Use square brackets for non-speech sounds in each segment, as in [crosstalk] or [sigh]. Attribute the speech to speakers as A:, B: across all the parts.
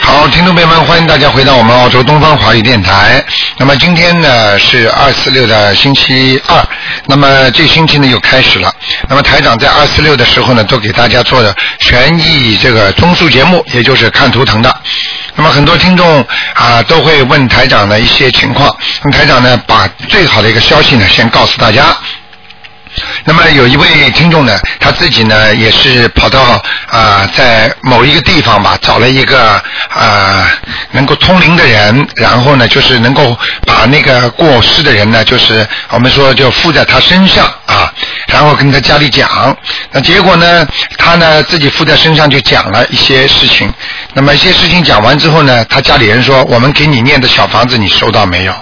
A: 好，听众朋友们，欢迎大家回到我们澳洲东方华语电台。那么今天呢是二四六的星期二，那么这星期呢又开始了。那么台长在二四六的时候呢，都给大家做的悬疑这个综述节目，也就是看图腾的。那么很多听众啊都会问台长的一些情况，那么台长呢把最好的一个消息呢先告诉大家。那么有一位听众呢，他自己呢也是跑到啊、在某一个地方吧，找了一个啊、能够通灵的人，然后呢就是能够把那个过世的人呢，就是我们说就附在他身上啊，然后跟他家里讲。那结果呢，他呢自己附在身上就讲了一些事情。那么一些事情讲完之后呢，他家里人说：“我们给你念的小房子，你收到没有？”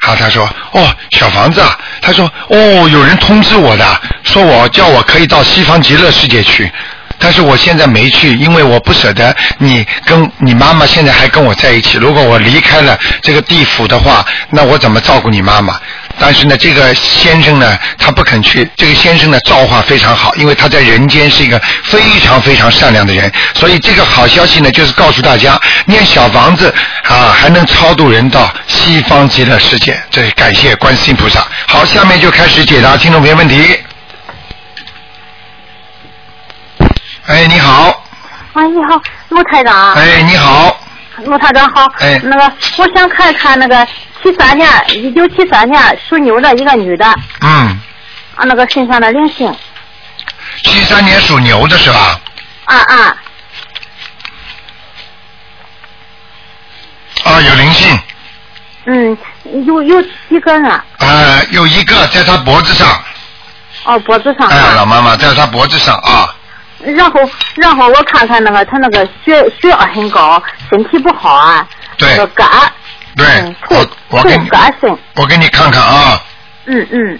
A: 好，他说哦，小房子啊，他说哦，有人通知我的，说我叫我可以到西方极乐世界去，但是我现在没去，因为我不舍得你跟你妈妈现在还跟我在一起，如果我离开了这个地府的话，那我怎么照顾你妈妈？但是呢，这个先生呢，他不肯去。这个先生呢，造化非常好，因为他在人间是一个非常非常善良的人。所以这个好消息呢，就是告诉大家，念小房子啊，还能超度人到西方极乐世界。这感谢观世音菩萨。好，下面就开始解答听众朋友问题。哎，你好，
B: 哎，你好，陆台长。
A: 哎，你好，
B: 陆台长好。
A: 哎
B: 那个，我想看看那个七三年，一九七三年属牛的一个女的，啊，
A: 嗯，
B: 那个身上的灵性。
A: 七三年属牛的是吧？
B: 啊啊，
A: 啊，有灵性，
B: 嗯，有有几根啊？
A: 啊，有一个在他脖子上，
B: 哦，脖子上。
A: 哎，老
B: 啊。
A: 妈妈在他脖子上啊，
B: 然后，然后我看看那个她那个血血压很高，身体不好啊。
A: 对
B: 那个肝，
A: 对
B: 嗯，
A: 我
B: 吐
A: 我给你
B: 吐肝肾。
A: 我给你看看啊，
B: 嗯嗯，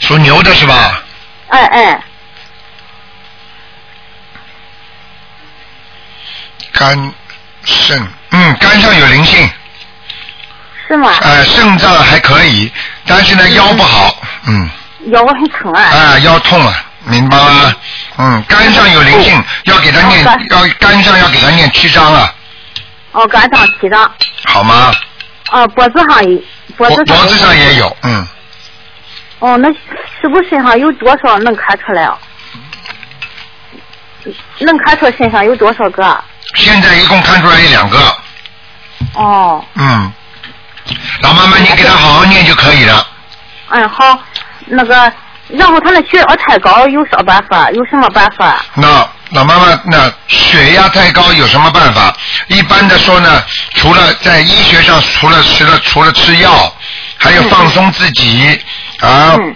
A: 属牛的是吧？
B: 哎哎，
A: 肝、肾，嗯，肝上有灵性，
B: 是吗？
A: 呃，肾脏还可以，但是呢腰不好，嗯，
B: 腰我很疼啊。
A: 啊、腰痛啊，明白吗？嗯，肝上有灵性，要给他念
B: 好的，
A: 要肝上要给他念七张啊，
B: 哦，肝上七张，
A: 好吗？
B: 哦，脖子上一，脖
A: 脖
B: 子上
A: 脖子上
B: 一个
A: 也有，嗯，
B: 哦，那是不是身上有多少能看出来啊？能看出身上有多少个？啊
A: 现在一共看出来一两个，
B: 哦，
A: 嗯，老妈妈你给他好好念就可以了。
B: 嗯，好，那个，然后他那血压太高，有啥办法？有什么办法？
A: 那老妈妈，那血压太高有什么办法？一般的说呢，除了在医学上，除了除了除了吃药，还有
B: 嗯
A: 放松自己、啊，
B: 嗯，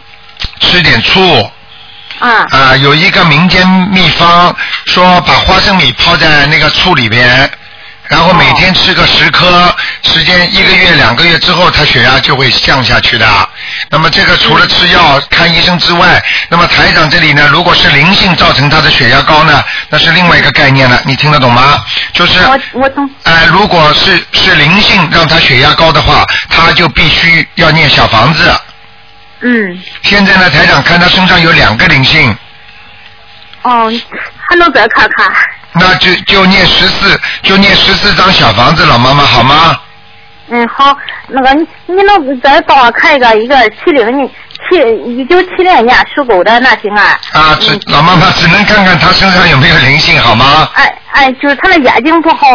A: 吃点醋
B: 啊，
A: 啊。有一个民间秘方说，把花生米泡在那个醋里边，然后每天吃个十颗，时间一个月、两个月之后，他血压就会降下去的。那么这个除了吃药、看医生之外，那么台长这里呢，如果是灵性造成他的血压高呢，那是另外一个概念了，你听得懂吗？就是。
B: 我我懂，
A: 呃，如果是是灵性让他血压高的话，他就必须要念小房子。
B: 嗯，
A: 现在呢，台长看他身上有两个灵性，
B: 哦，还能再看看？
A: 那就就念十四，就念十四张小房子，老妈妈好吗？
B: 嗯，好，那个你你能再帮我看一个一个七零年七一九七零年属狗的那行啊？
A: 啊，只
B: 嗯
A: 老妈妈只能看看他身上有没有灵性，好吗？
B: 哎哎，就是他的眼睛不好，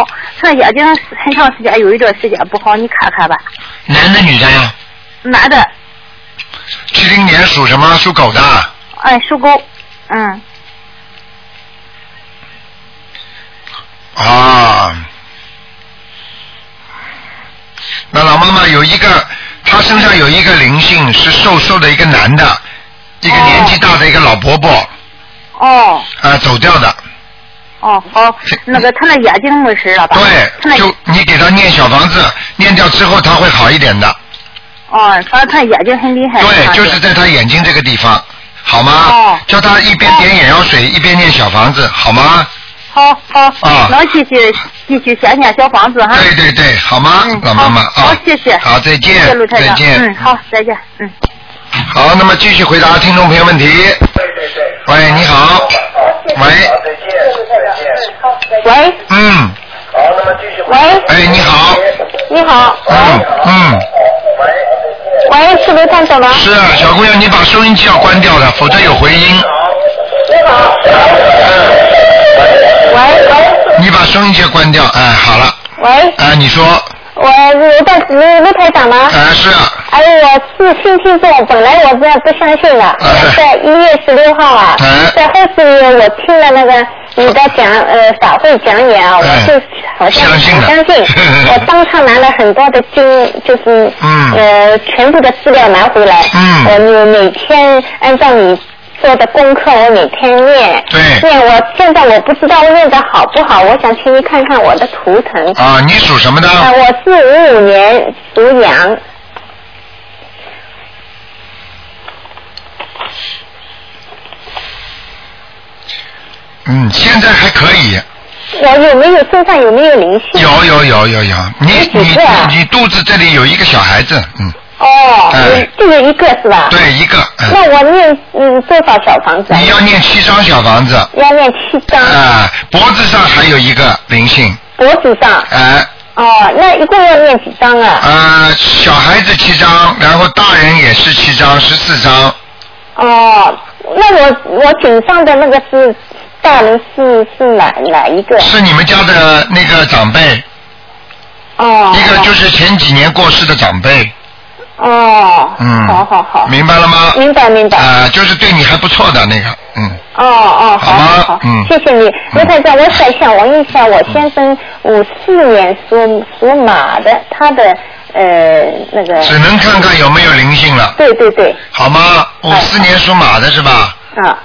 B: 他的眼睛很长时间有一段时间不好，你看看吧。
A: 男的女的呀？
B: 男的，
A: 七零年属什么？属狗的。
B: 哎，属狗，嗯，
A: 啊，那老妈妈有一个，她身上有一个灵性，是瘦瘦的一个男的，一个
B: 哦
A: 年纪大的一个老伯伯啊、
B: 哦
A: 走掉的。
B: 哦好，那个他那眼睛没事了吧？他那
A: 哦对，就你给他念小房子，念掉之后他会好一点的。
B: 哦，反正他眼睛很厉害。
A: 对，
B: 看
A: 就
B: 着
A: 是在他眼睛这个地方，好吗？
B: 哦
A: 叫他一边点眼药水，一边念小房子，好吗？
B: 好好，
A: 啊
B: 那继续继续先念小房子哈。
A: 对对对，好吗？
B: 啊嗯
A: 老妈妈啊，
B: 好好谢谢
A: 好，再见，
B: 谢谢陆太
A: 再
B: 长。
A: 见，
B: 嗯，好，再见，嗯。
A: 好，那么继续回答听众朋友问题。喂，你好。喂，
C: 好，再见。
B: 喂，
A: 嗯，
C: 好，那么继续回
B: 喂，
A: 哎，你好，
B: 你好，喂，
A: 嗯嗯，
B: 喂，是卢探长吗？
A: 是啊，小姑娘，你把收音机要关掉的，否则有回音。
B: 你好，喂，
A: 你把收音机关掉，哎，好了，
B: 喂，
A: 哎，你说，
B: 啊我是卢探卢卢台长吗？
A: 哎，是啊，
B: 哎，我是信星座，本来我这不相信的
A: 哎，
B: 在一月十六号啊
A: 哎，
B: 在后视我听了那个你的讲呃法会讲演啊，我
A: 哎
B: 就好像
A: 相信了，
B: 相信
A: [laughs]
B: 我当场拿了很多的经，就是
A: 嗯
B: 呃全部的资料拿回来，
A: 嗯
B: 我每每天按照你。做的功课我每天念，
A: 对
B: 念我现在我不知道念的好不好，我想请你看看我的图腾。
A: 啊，你属什么的？
B: 啊，我是五五年属羊，
A: 嗯，现在还可以，
B: 我有没有身上有没有灵性？
A: 有有有有有，你
B: 有
A: 你
B: 几个啊
A: 你肚子这里有一个小孩子，嗯，
B: 哦，
A: 哎
B: 就有一个是吧？。
A: 对，一个，嗯，
B: 那我念嗯多少小房子啊？
A: 你要念七张小房子，
B: 要念七张，
A: 啊，脖子上还有一个灵性，
B: 脖子上。
A: 哎、
B: 哦，那一共要念几张
A: 啊，
B: 啊？
A: 小孩子七张，然后大人也是七张，十四张，啊
B: 哦，那我我颈上的那个是大人是是哪哪一个？
A: 是你们家的那个长辈，
B: 哦。
A: 一个就是前几年过世的长辈，
B: 哦。
A: 嗯，
B: 好好好。
A: 明白了吗？
B: 明白明白。
A: 啊、就是对你还不错的那个，嗯，
B: 哦哦，
A: 好
B: 好
A: 吗
B: 好好，
A: 嗯
B: 谢谢你，刘太太，我想想问一下，我先生五四年属属马的，他的呃那个，
A: 只能看看有没有灵性了，
B: 对对对，
A: 好吗？五
B: 哎
A: 四年属马的是吧？
B: 啊，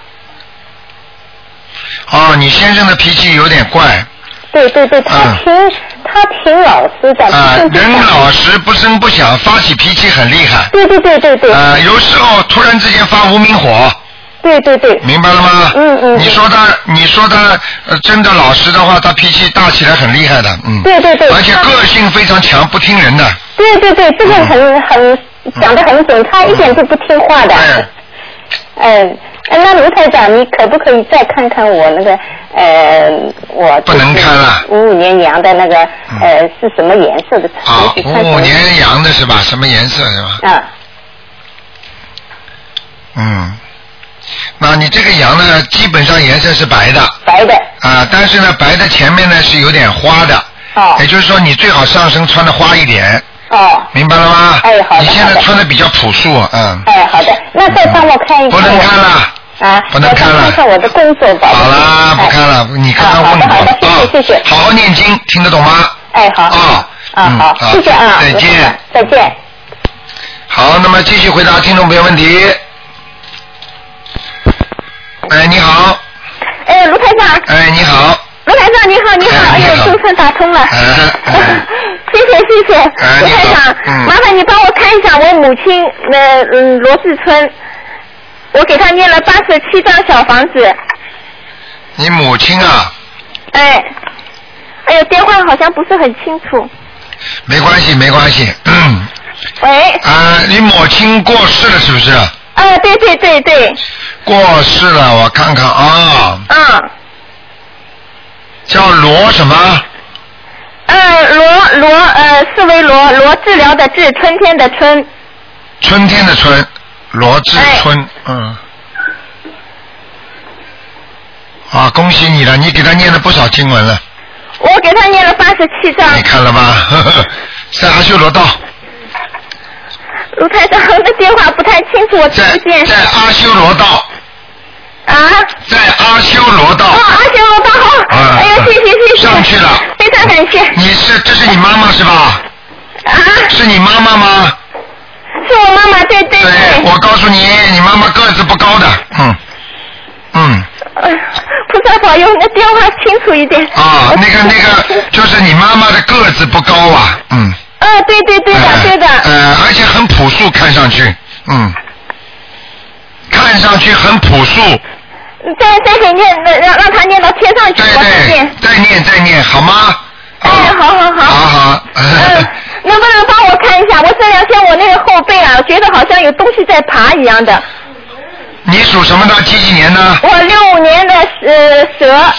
A: 哦，你先生的脾气有点怪，
B: 对对对，他
A: 嗯
B: 挺、他挺老实的，
A: 啊、
B: 不声不响
A: 人老实不声不响，发起脾气很厉害，
B: 对对对对对、
A: 呃，有时候突然之间发无名火，
B: 对对对，
A: 明白了吗？
B: 嗯嗯
A: 你说他，你说他、呃、真的老实的话，他脾气大起来很厉害的，嗯。
B: 对对对
A: 而且
B: 他
A: 个嗯性非常强，不听人的。
B: 对对对，这个很很讲的很准，他一
A: 嗯
B: 点都不听话的。
A: 哎
B: 嗯，哎那卢台长，你可不可以再看看我那个呃，我
A: 不能看了嗯
B: 五五年羊的那个呃是什么颜色的？
A: 啊，
B: 你
A: 五
B: 看看
A: 五年羊的是吧？什么颜色是吧？
B: 啊，
A: 嗯。那你这个羊呢，基本上颜色是白的
B: 白的
A: 啊，但是呢，白的前面呢是有点花的，
B: 哦
A: 也就是说你最好上身穿的花一点，
B: 哦，
A: 明白了吗？
B: 哎好的
A: 你现
B: 好
A: 在
B: 的
A: 穿的比较朴素，嗯。
B: 哎好嗯的，那再帮我看一
A: 不
B: 看
A: 能
B: 我
A: 看了。
B: 啊，
A: 不能看了
B: 我再看看我的工作吧。哎
A: 好啦，不看了，你刚刚问
B: 啊好的
A: 过
B: 好的谢谢
A: 啊
B: 谢谢
A: 好好念经，听得懂吗？
B: 哎好
A: 啊
B: 啊
A: 嗯
B: 好，谢谢啊，
A: 再见
B: 卢台长再见。
A: 好，那么继续回答听众朋友问题。哎，你好，
D: 哎，卢台长，
A: 哎，你好，
D: 卢台长你好，你好，
A: 哎
D: 哎
A: 你好
D: 呦，终算打通了
A: 哎
D: [laughs]
A: 哎，
D: 谢谢谢谢，
A: 哎
D: 卢
A: 你好
D: 台长
A: 嗯，
D: 麻烦你帮我看一下我母亲，呃嗯，罗志春，我给她念了八十七张小房子，
A: 你母亲啊，
D: 哎，哎呦，电话好像不是很清楚，
A: 没关系，没关系，嗯，
D: 喂，
A: 啊，你母亲过世了是不是？
D: 啊，哎对对对对，
A: 过世了，我看看啊，
D: 嗯，
A: 叫罗什么？
D: 呃，罗罗呃，四维罗罗治疗的治，春天的春，
A: 春天的春，罗志春，嗯。啊，恭喜你了！你给他念了不少经文了，
D: 我给她念了八十七
B: 嗯
D: 张，
A: 你看了吧？ [laughs] 呵呵在阿修罗道，
D: 卢台长的电话不太清楚，我听
A: 在
D: 不见
A: 在阿修罗道，
D: 啊。
A: 在阿修罗道
D: 哦，，
B: 嗯
D: 阿修罗道好，
A: 啊
D: 哎呀，谢谢谢谢，
A: 上去了
D: 非常感谢
A: 你是这是你妈妈是吧？
D: 啊，
A: 是你妈妈吗？
D: 是我妈妈，对对
A: 对，
D: 对，
A: 我告诉你，你妈妈个子不高的，嗯嗯
D: 哎菩萨保佑，那电话清楚一点。
A: 啊，那个那个，就是你妈妈的个子不高啊，嗯。
D: 啊，对对对的
A: 呃
D: 对的，
A: 呃，而且很朴素，看上去，嗯，看上去很朴素。
D: 你再再给念，让让他念到天上去，
A: 对
D: 我再
A: 对 [laughs]
D: 念。，
A: 再念再念，好吗？啊
D: 哎，好好好
A: 好好。
D: 嗯，能不能帮我看一下？我这两天我那个后背啊，觉得好像有东西在爬一样的。
A: [laughs] 你属什么的？几几年的？
D: 我六五年的呃蛇，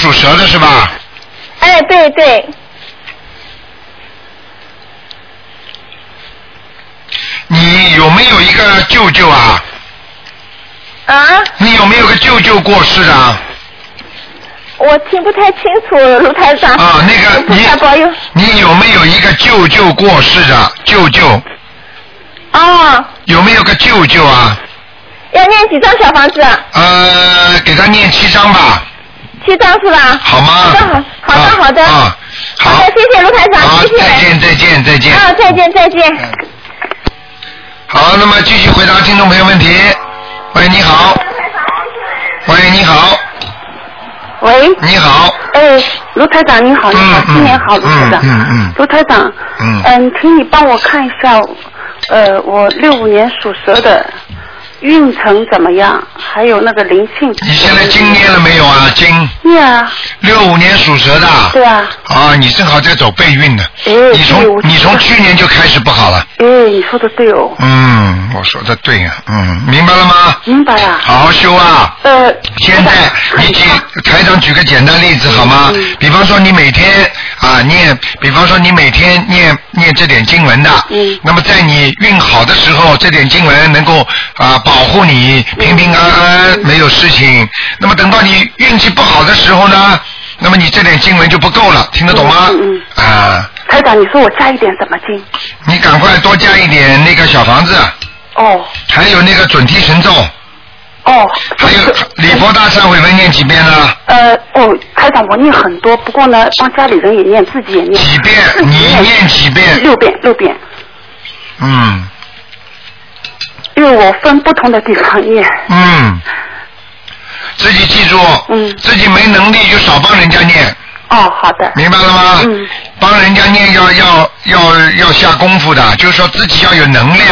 A: 属蛇的是吧？
B: 哎，对对，
A: 你有没有一个舅舅啊？
B: 啊，
A: 你有没有个舅舅过世的啊？
B: 我听不太清楚，卢台长。
A: 啊，那个
B: 菩萨保佑。
A: 你你有没有一个舅舅过世的舅舅？
B: 哦，
A: 有没有个舅舅啊？
B: 要念几张小房子？
A: 呃，给他念七章吧，
B: 七张是吧？
A: 好吗？
B: 好的好的
A: 啊，好。
B: 好的，谢谢卢台长，
A: 好
B: 谢，谢。
A: 再见，再见，再见。嗯
B: 啊，再见再见。
A: 好，那么继续回答听众朋友问题。喂，你好。喂，你好，
E: 喂，
A: 你好。
E: 哎，卢台长你好，你好
A: 嗯，
E: 新年好，
A: 嗯
E: 卢台长。
A: 嗯嗯
E: 卢台长，
A: 嗯
E: 嗯，请你帮我看一下，呃，我六五年属蛇的运程怎么样？还有那个灵性。
A: 你现在经念了没有啊？经
E: 念啊，
A: 六五年属蛇的。
E: 对啊，
A: 啊，你正好在走备孕呢。
E: 哎
A: 你
E: 对
A: 从
E: 我
A: 你从去年就开始不好了。
E: 哎，你说的对哦，
A: 嗯，我说的对呀、嗯，明白了吗？
E: 明白啊。
A: 好好修啊！
E: 呃，啊
A: 现在你举台长举个简单例子好吗？
E: 嗯
A: 比方说你每天啊念，比方说你每天念念这点经文的，
E: 嗯
A: 那么在你运好的时候，这点经文能够啊保护你平平安安、没有事情。那么等到你运气不好的时候呢，那么你这点经文就不够了，听得懂吗？
E: 嗯
A: 啊，
E: 台长，你说我加一点什么经？
A: 你赶快多加一点那个小房子，
E: 哦
A: 还有那个准提神咒，
E: 哦，
A: 还
E: [laughs]
A: 有礼佛大忏悔文念几遍呢？
E: 呃，哦，台长，我念很多，不过呢，帮家里人也念，自己也念。
A: 几遍
E: 自己
A: 你念几遍
E: 六遍，六遍，
A: 嗯
E: 因为我分不同的地方念。
A: 嗯，自己记住，
E: 嗯
A: 自己没能力就少帮人家念，
E: 哦，好的，
A: 明白了吗？
E: 嗯
A: 帮人家念要要要要下功夫的，就是说自己要有能量，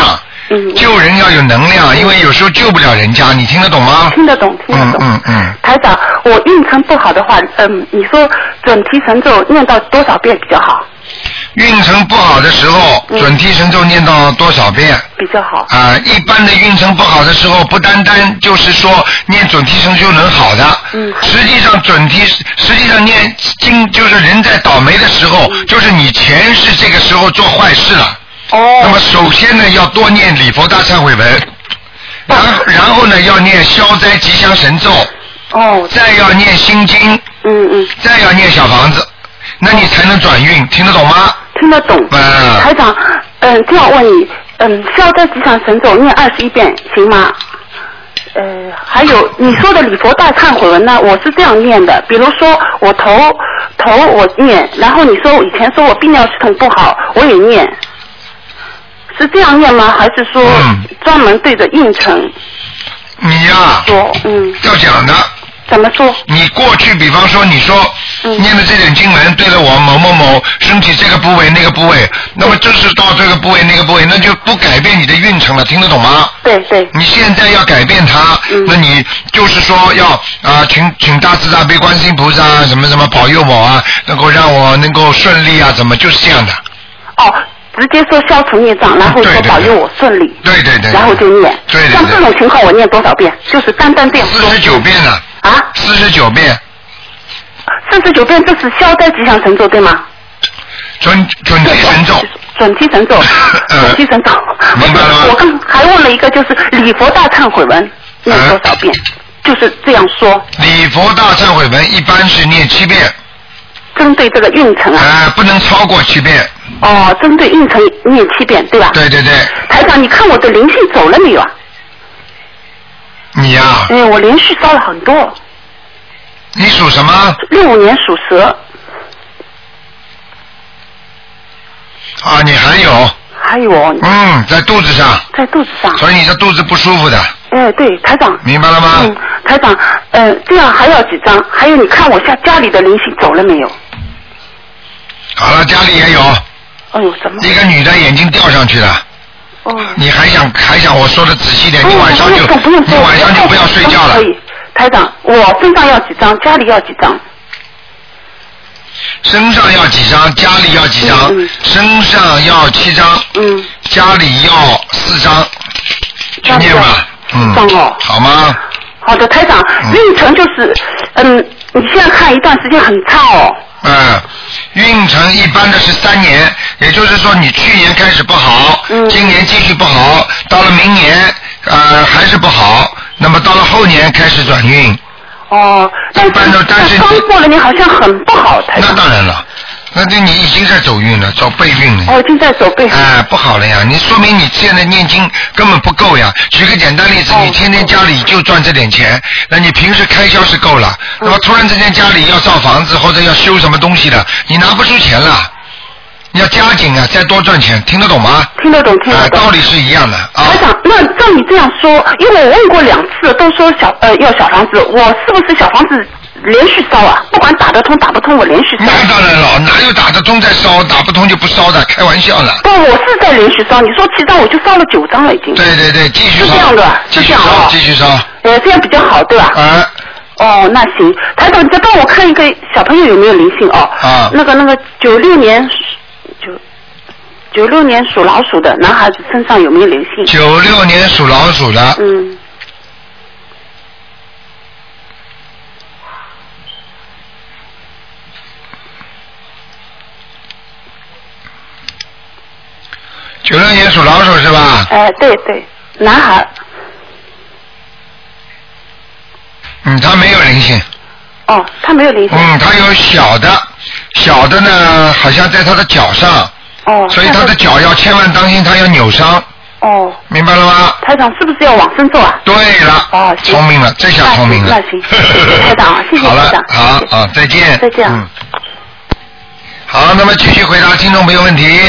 E: 嗯，
A: 救人要有能量，因为有时候救不了人家，你听得懂吗？
E: 听得懂，听
A: 嗯
E: 得懂。
A: 嗯嗯，
E: 台长，我运程不好的话，嗯，你说准提神咒念到多少遍比较好？
A: 运程不好的时候，
E: 嗯
A: 准提神咒念到多少遍？
E: 比较好。
A: 啊、一般的运程不好的时候，不单单就是说念准提神就能好的，
E: 嗯
A: 实际上准提，实际上念经就是人在倒霉的时候，就是你前世这个时候做坏事了。那么
E: 哦，
A: 首先呢，要多念礼佛大忏悔文，然后然后呢，要念消灾吉祥神咒，
E: 哦，
A: 再要念心经，
E: 嗯嗯，
A: 再要念小房子，那你才能转运，听得懂吗？
E: 听得懂。
A: 嗯
E: 台长，嗯，这样问你，嗯，消灾吉祥神咒念二十一遍行吗？呃，还有你说的礼佛大忏悔文呢，我是这样念的，比如说我头头我念，然后你说我以前说我泌尿系统不好，我也念，是这样念吗？还是说
A: 嗯
E: 专门对着运程
A: 你呀、
E: 说？嗯，
A: 要讲的。
E: 怎么说？
A: 你过去，比方说，你说、
E: 嗯
A: 念的这点经文，对了我某某某身体这个部位那个部位，那么就是到这个部位那个部位，那就不改变你的运程了，听得懂吗？
E: 对对，
A: 你现在要改变它，
E: 嗯
A: 那你就是说要啊、请请大慈大悲观世音菩萨啊什么什么保佑我啊，能够让我能够顺利啊，怎么就是这样的？
E: 哦，直接说消除孽障，然后
A: 对
E: 说
A: 对对
E: 保佑我顺利。
A: 对对对。
E: 然后就念。
A: 对对对
E: 像这种情况，我念多少遍？就是单单这样
A: 四十九遍呢，
E: 啊，
A: 四十九遍
E: 四十九遍，这是消灾吉祥神咒对吗？
A: 准准提神咒，
E: 准提神咒，
A: [laughs] 呃
E: 准提神咒。
A: 明白了吗啊
E: 我刚还问了一个，就是礼佛大忏悔文念多少遍？就是这样说，
A: 礼佛大忏悔文一般是念七遍，
E: 针对这个运程啊，
A: 啊、不能超过七遍。
E: 哦，针对运程念七遍，对吧？。
A: 啊对对对，
E: 台长，你看我的灵性走了没有啊？
A: 你呀、
E: 哎，我连续烧了很多，
A: 你属什么？
E: 六五年属蛇，
A: 啊，你还有，
E: 还有哦
A: 嗯，在肚子上，
E: 在肚子上。
A: 所以你的肚子不舒服的，
E: 哎，对，台长，
A: 明白了吗？
E: 嗯，台长，呃，这样还要几张？还有，你看我下家里的灵性走了没有？
A: 好了，家里也有
E: 哎呦，怎么？
A: 一个女的眼睛掉上去了，
E: 哦，
A: 你还想还想我说的仔细点？
E: 不
A: 你
E: 用
A: 晚上就
E: 嗯不用不用嗯
A: 你晚上就不要睡觉了
E: 可。以，台长，我身上要几张？家里要几张？
A: 身上要几张，家里要几张
E: 嗯嗯，
A: 身上要七张，
E: 嗯，
A: 家里要四张，去
E: 家里
A: 念
E: 要
A: 吧，嗯
E: 四张哦，
A: 好吗？
E: 好的，台长，
A: 嗯
E: 运程就是，嗯，
F: 你现在看一段时间很差哦。
A: 嗯，运程一般的是三年，也就是说你去年开始不好，
F: 嗯
A: 今年继续不好，到了明年呃还是不好，那么到了后年开始转运，
F: 哦，但是
A: 但是但是
F: 刚过了年好像很不好，台
A: 那
F: 长。
A: 当然了，那就你已经在走运了，走背运了。
F: 哦，已经在走背后。
A: 哎，不好了呀！你说明你现在念经根本不够呀。举个简单例子，
F: 哦
A: 你天天家里就赚这点钱，那你平时开销是够了，
F: 嗯
A: 那么突然之间家里要造房子或者要修什么东西的，你拿不出钱了，你要加紧啊，再多赚钱，听得懂吗？
F: 听得懂，听
A: 啊
F: 得，懂。
A: 道理是一样的啊
F: 台。长，那照你这样说，因为我问过两次，都说小呃要小房子，我是不是小房子连续烧啊？不管打得通打不通，我连续烧。
A: 那当然了，哪有打得通再烧，打不通就不烧的，开玩笑了。
F: 不，我是在连续烧。你说七张，我就烧了九张了已经。
A: 对对对，继续
F: 是
A: 烧，
F: 这样的
A: 继续
F: 是这样的
A: 烧，
F: 啊
A: 继续烧，
F: 呃，这样比较好，对吧？
A: 啊，
F: 哦，那行，台长，你再帮我看一个小朋友有没有灵性哦。
A: 啊
F: 那个那个九六年属九九六年属老鼠的男孩子身上有没有灵性？
A: 九六年属老鼠的，
F: 嗯，
A: 九六年属老鼠是吧？
F: 哎，对对，男孩，
A: 嗯，他没有灵性。
F: 哦，他没有灵性。
A: 嗯，他有小的，小的呢，好像在他的脚上，
F: 哦，
A: 所以他
F: 那
A: 的
F: 个
A: 脚要千万当心，他要扭伤，
F: 哦，
A: 明白了吗？
F: 台长是不是要往生咒啊？
A: 对了，
F: 哦行
A: 聪明了，这下聪明了。
F: 那行那
A: [laughs]
F: 行台长谢谢
A: 好了
F: 台长，
A: 好啊，再见。
F: 再见
A: 嗯。好，那么继续回答听众朋友问题。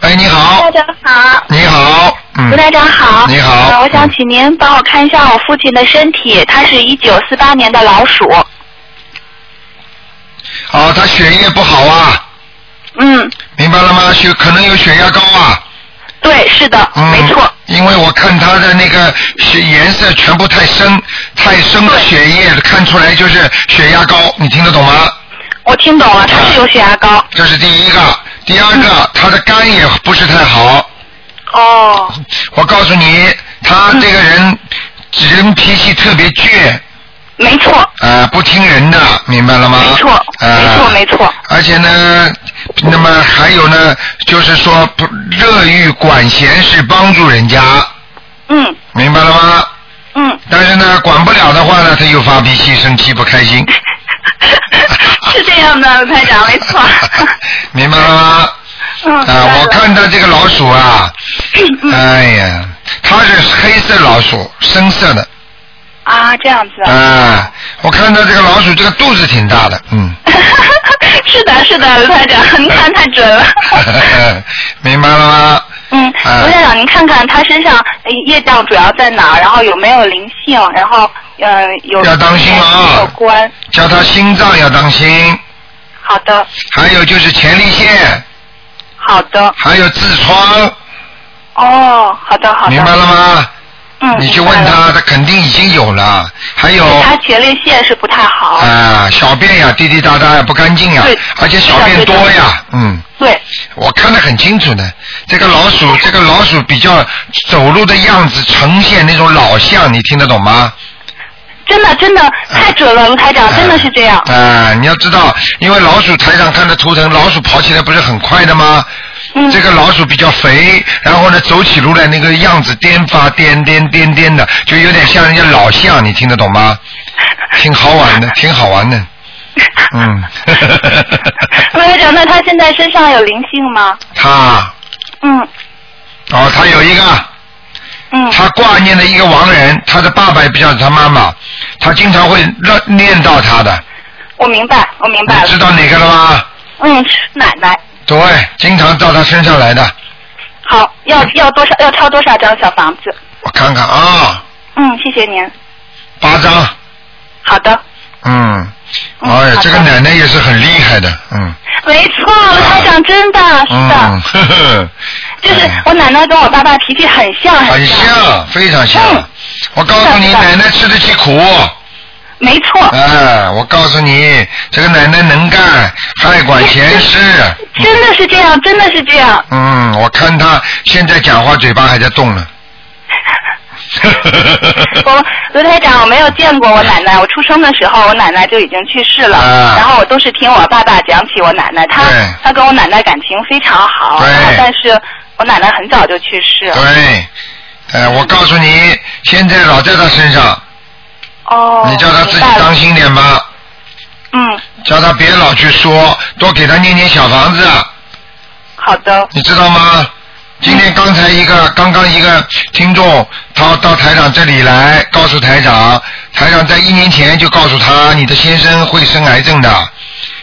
A: 哎，你好
E: 台，长好，
A: 你好，
E: 卢
A: 嗯，
E: 台长好。
A: 你好嗯
E: 呃我想请您帮我看一下我父亲的身体，他是一九四八年的老鼠。
A: 哦，他血液不好啊，
E: 嗯，
A: 明白了吗？血可能有血压高啊。
E: 对，是的，
A: 嗯，
E: 没错。。
A: 因为我看他的那个血颜色全部太深，太深的
E: 对
A: 血液看出来就是血压高，你听得懂吗？
E: 我听懂了，他是有血压高。
A: 这是第一个，第二
E: 嗯
A: 个，他的肝也不是太好。
F: 嗯
E: 哦，
A: 我告诉你，他这个
E: 嗯
A: 人人脾气特别倔，
E: 没错，
A: 呃，不听人的，明白了吗？
E: 没错，
A: 呃、
E: 没错，没错。
A: 而且呢，那么还有呢，就是说不乐于管闲事，帮助人家，
E: 嗯
A: 明白了吗？ [laughs]
E: 嗯，
A: 但是呢，管不了的话呢，他又发脾气、生气、不开
E: [laughs]
A: 心。
E: 是这样的，卢台长，没
A: [laughs]
E: 错。
A: 明白了吗？
E: 嗯，
A: 啊、我看到这个老鼠啊，哎呀，它是黑色老鼠，深色的
E: 啊，这样子。
A: 啊、我看到这个老鼠，这个肚子挺大的，
E: [laughs]
A: 嗯，
E: 是的，是的，卢台长，您 [laughs] 看太
A: [laughs]
E: 准了。
A: 明白了吗？
E: 嗯，
A: 啊
E: 卢院长，您看看他身上呃业障主要在哪儿，然后有没有灵性，然后呃有
A: 要当心了啊
E: 有关。
A: 叫它心脏要当心，
E: 好的，
A: 还有就是前列腺，
E: 好的，
A: 还有痔疮，
E: 哦，好的，好的。
A: 明白了吗？
E: 嗯，
A: 你去问
E: 明白了。
A: 他，他哦肯定已经有了。还有，
E: 他前列腺是不太好，嗯
A: 啊，小便呀，滴滴答答呀，不干净呀
E: 对，
A: 而且小便多
E: 对的
A: 呀，嗯，
E: 对，
A: 我看得很清楚的。这个老鼠，这个老鼠比较走路的样子呈现那种老相，你听得懂吗？
E: 真的真的
A: 嗯
E: 太准了，卢台长，真的是这样
A: 啊、。你要知道，因为老鼠台上看的图腾，老鼠跑起来不是很快的吗？
E: 嗯
A: 这个老鼠比较肥，然后呢，走起路来那个样子颠发颠颠颠颠的，就有点像人家老相，你听得懂
E: [laughs]
A: 吗？挺好玩的，挺好玩的，
E: [laughs]
A: 嗯。
E: 卢台长，那他现在身上有灵性吗？
A: 他
E: 嗯
A: 哦，他有一个，
E: 嗯，
A: 他挂念的一个亡人，他的爸爸也不像他妈妈，他经常会让念到他的，
E: 我明白，我明白
A: 你
E: 了
A: 知。道哪个了吗？
E: 嗯，是奶奶。
A: 对，经常到他身上来的，
E: 好，要要多少？要抄多少张小房子？
A: 我看看啊，
E: 嗯，谢谢您。
A: 八张，
E: 好的，
A: 嗯，哎
E: 嗯
A: 呀
E: 好，的
A: 这个奶奶也是很厉害的，嗯，
E: 没错，卢台长真的是
A: 嗯，
E: 的，
A: 呵
E: [laughs]
A: 呵，
E: 就是
A: 哎
E: 我奶奶跟我爸爸脾气很像，
A: 很
E: 像，
A: 像，非常像
E: 嗯，
A: 我告诉你，
E: 是的
A: 奶奶吃得起苦，
E: 没错，
A: 哎，我告诉你，这个奶奶能干，爱管闲事。
E: [laughs] 真的是这样，
A: [laughs]
E: 真的是这样。
A: 嗯，我看他现在讲话嘴巴还在动呢。
E: [laughs] 我卢台长，我没有见过我奶奶。我出生的时候，我奶奶就已经去世了。
A: 啊
E: 然后我都是听我爸爸讲起我奶奶，他
A: 对
E: 他跟我奶奶感情非常好。
A: 对
E: 然后但是我奶奶很早就去世。
A: [laughs] 对，呃，我告诉你，现在老在他身上，
E: 哦。
A: 你叫他自己
E: 明白了
A: 当心点吧，
E: 嗯，
A: 叫他别老去说，多给他念念小房子，啊
E: 好的。
A: 你知道吗？今天刚才一个刚刚一个听众，他到台长这里来，告诉台长，台长在一年前就告诉他，你的先生会生癌症的。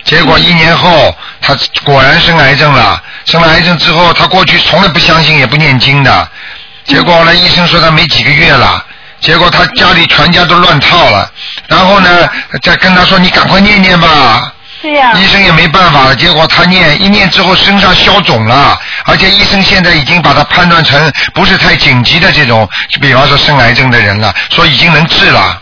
A: 结果一年后，他果然生癌症了。生了癌症之后，他过去从来不相信，也不念经的。结果后来医生说他没几个月了，结果他家里全家都乱套了。然后呢，再跟他说你赶快念念吧，
E: 对呀、
A: 医生也没办法了，结果他念一念之后身上消肿了，而且医生现在已经把他判断成不是太紧急的这种，比方说生癌症的人了，说已经能治了。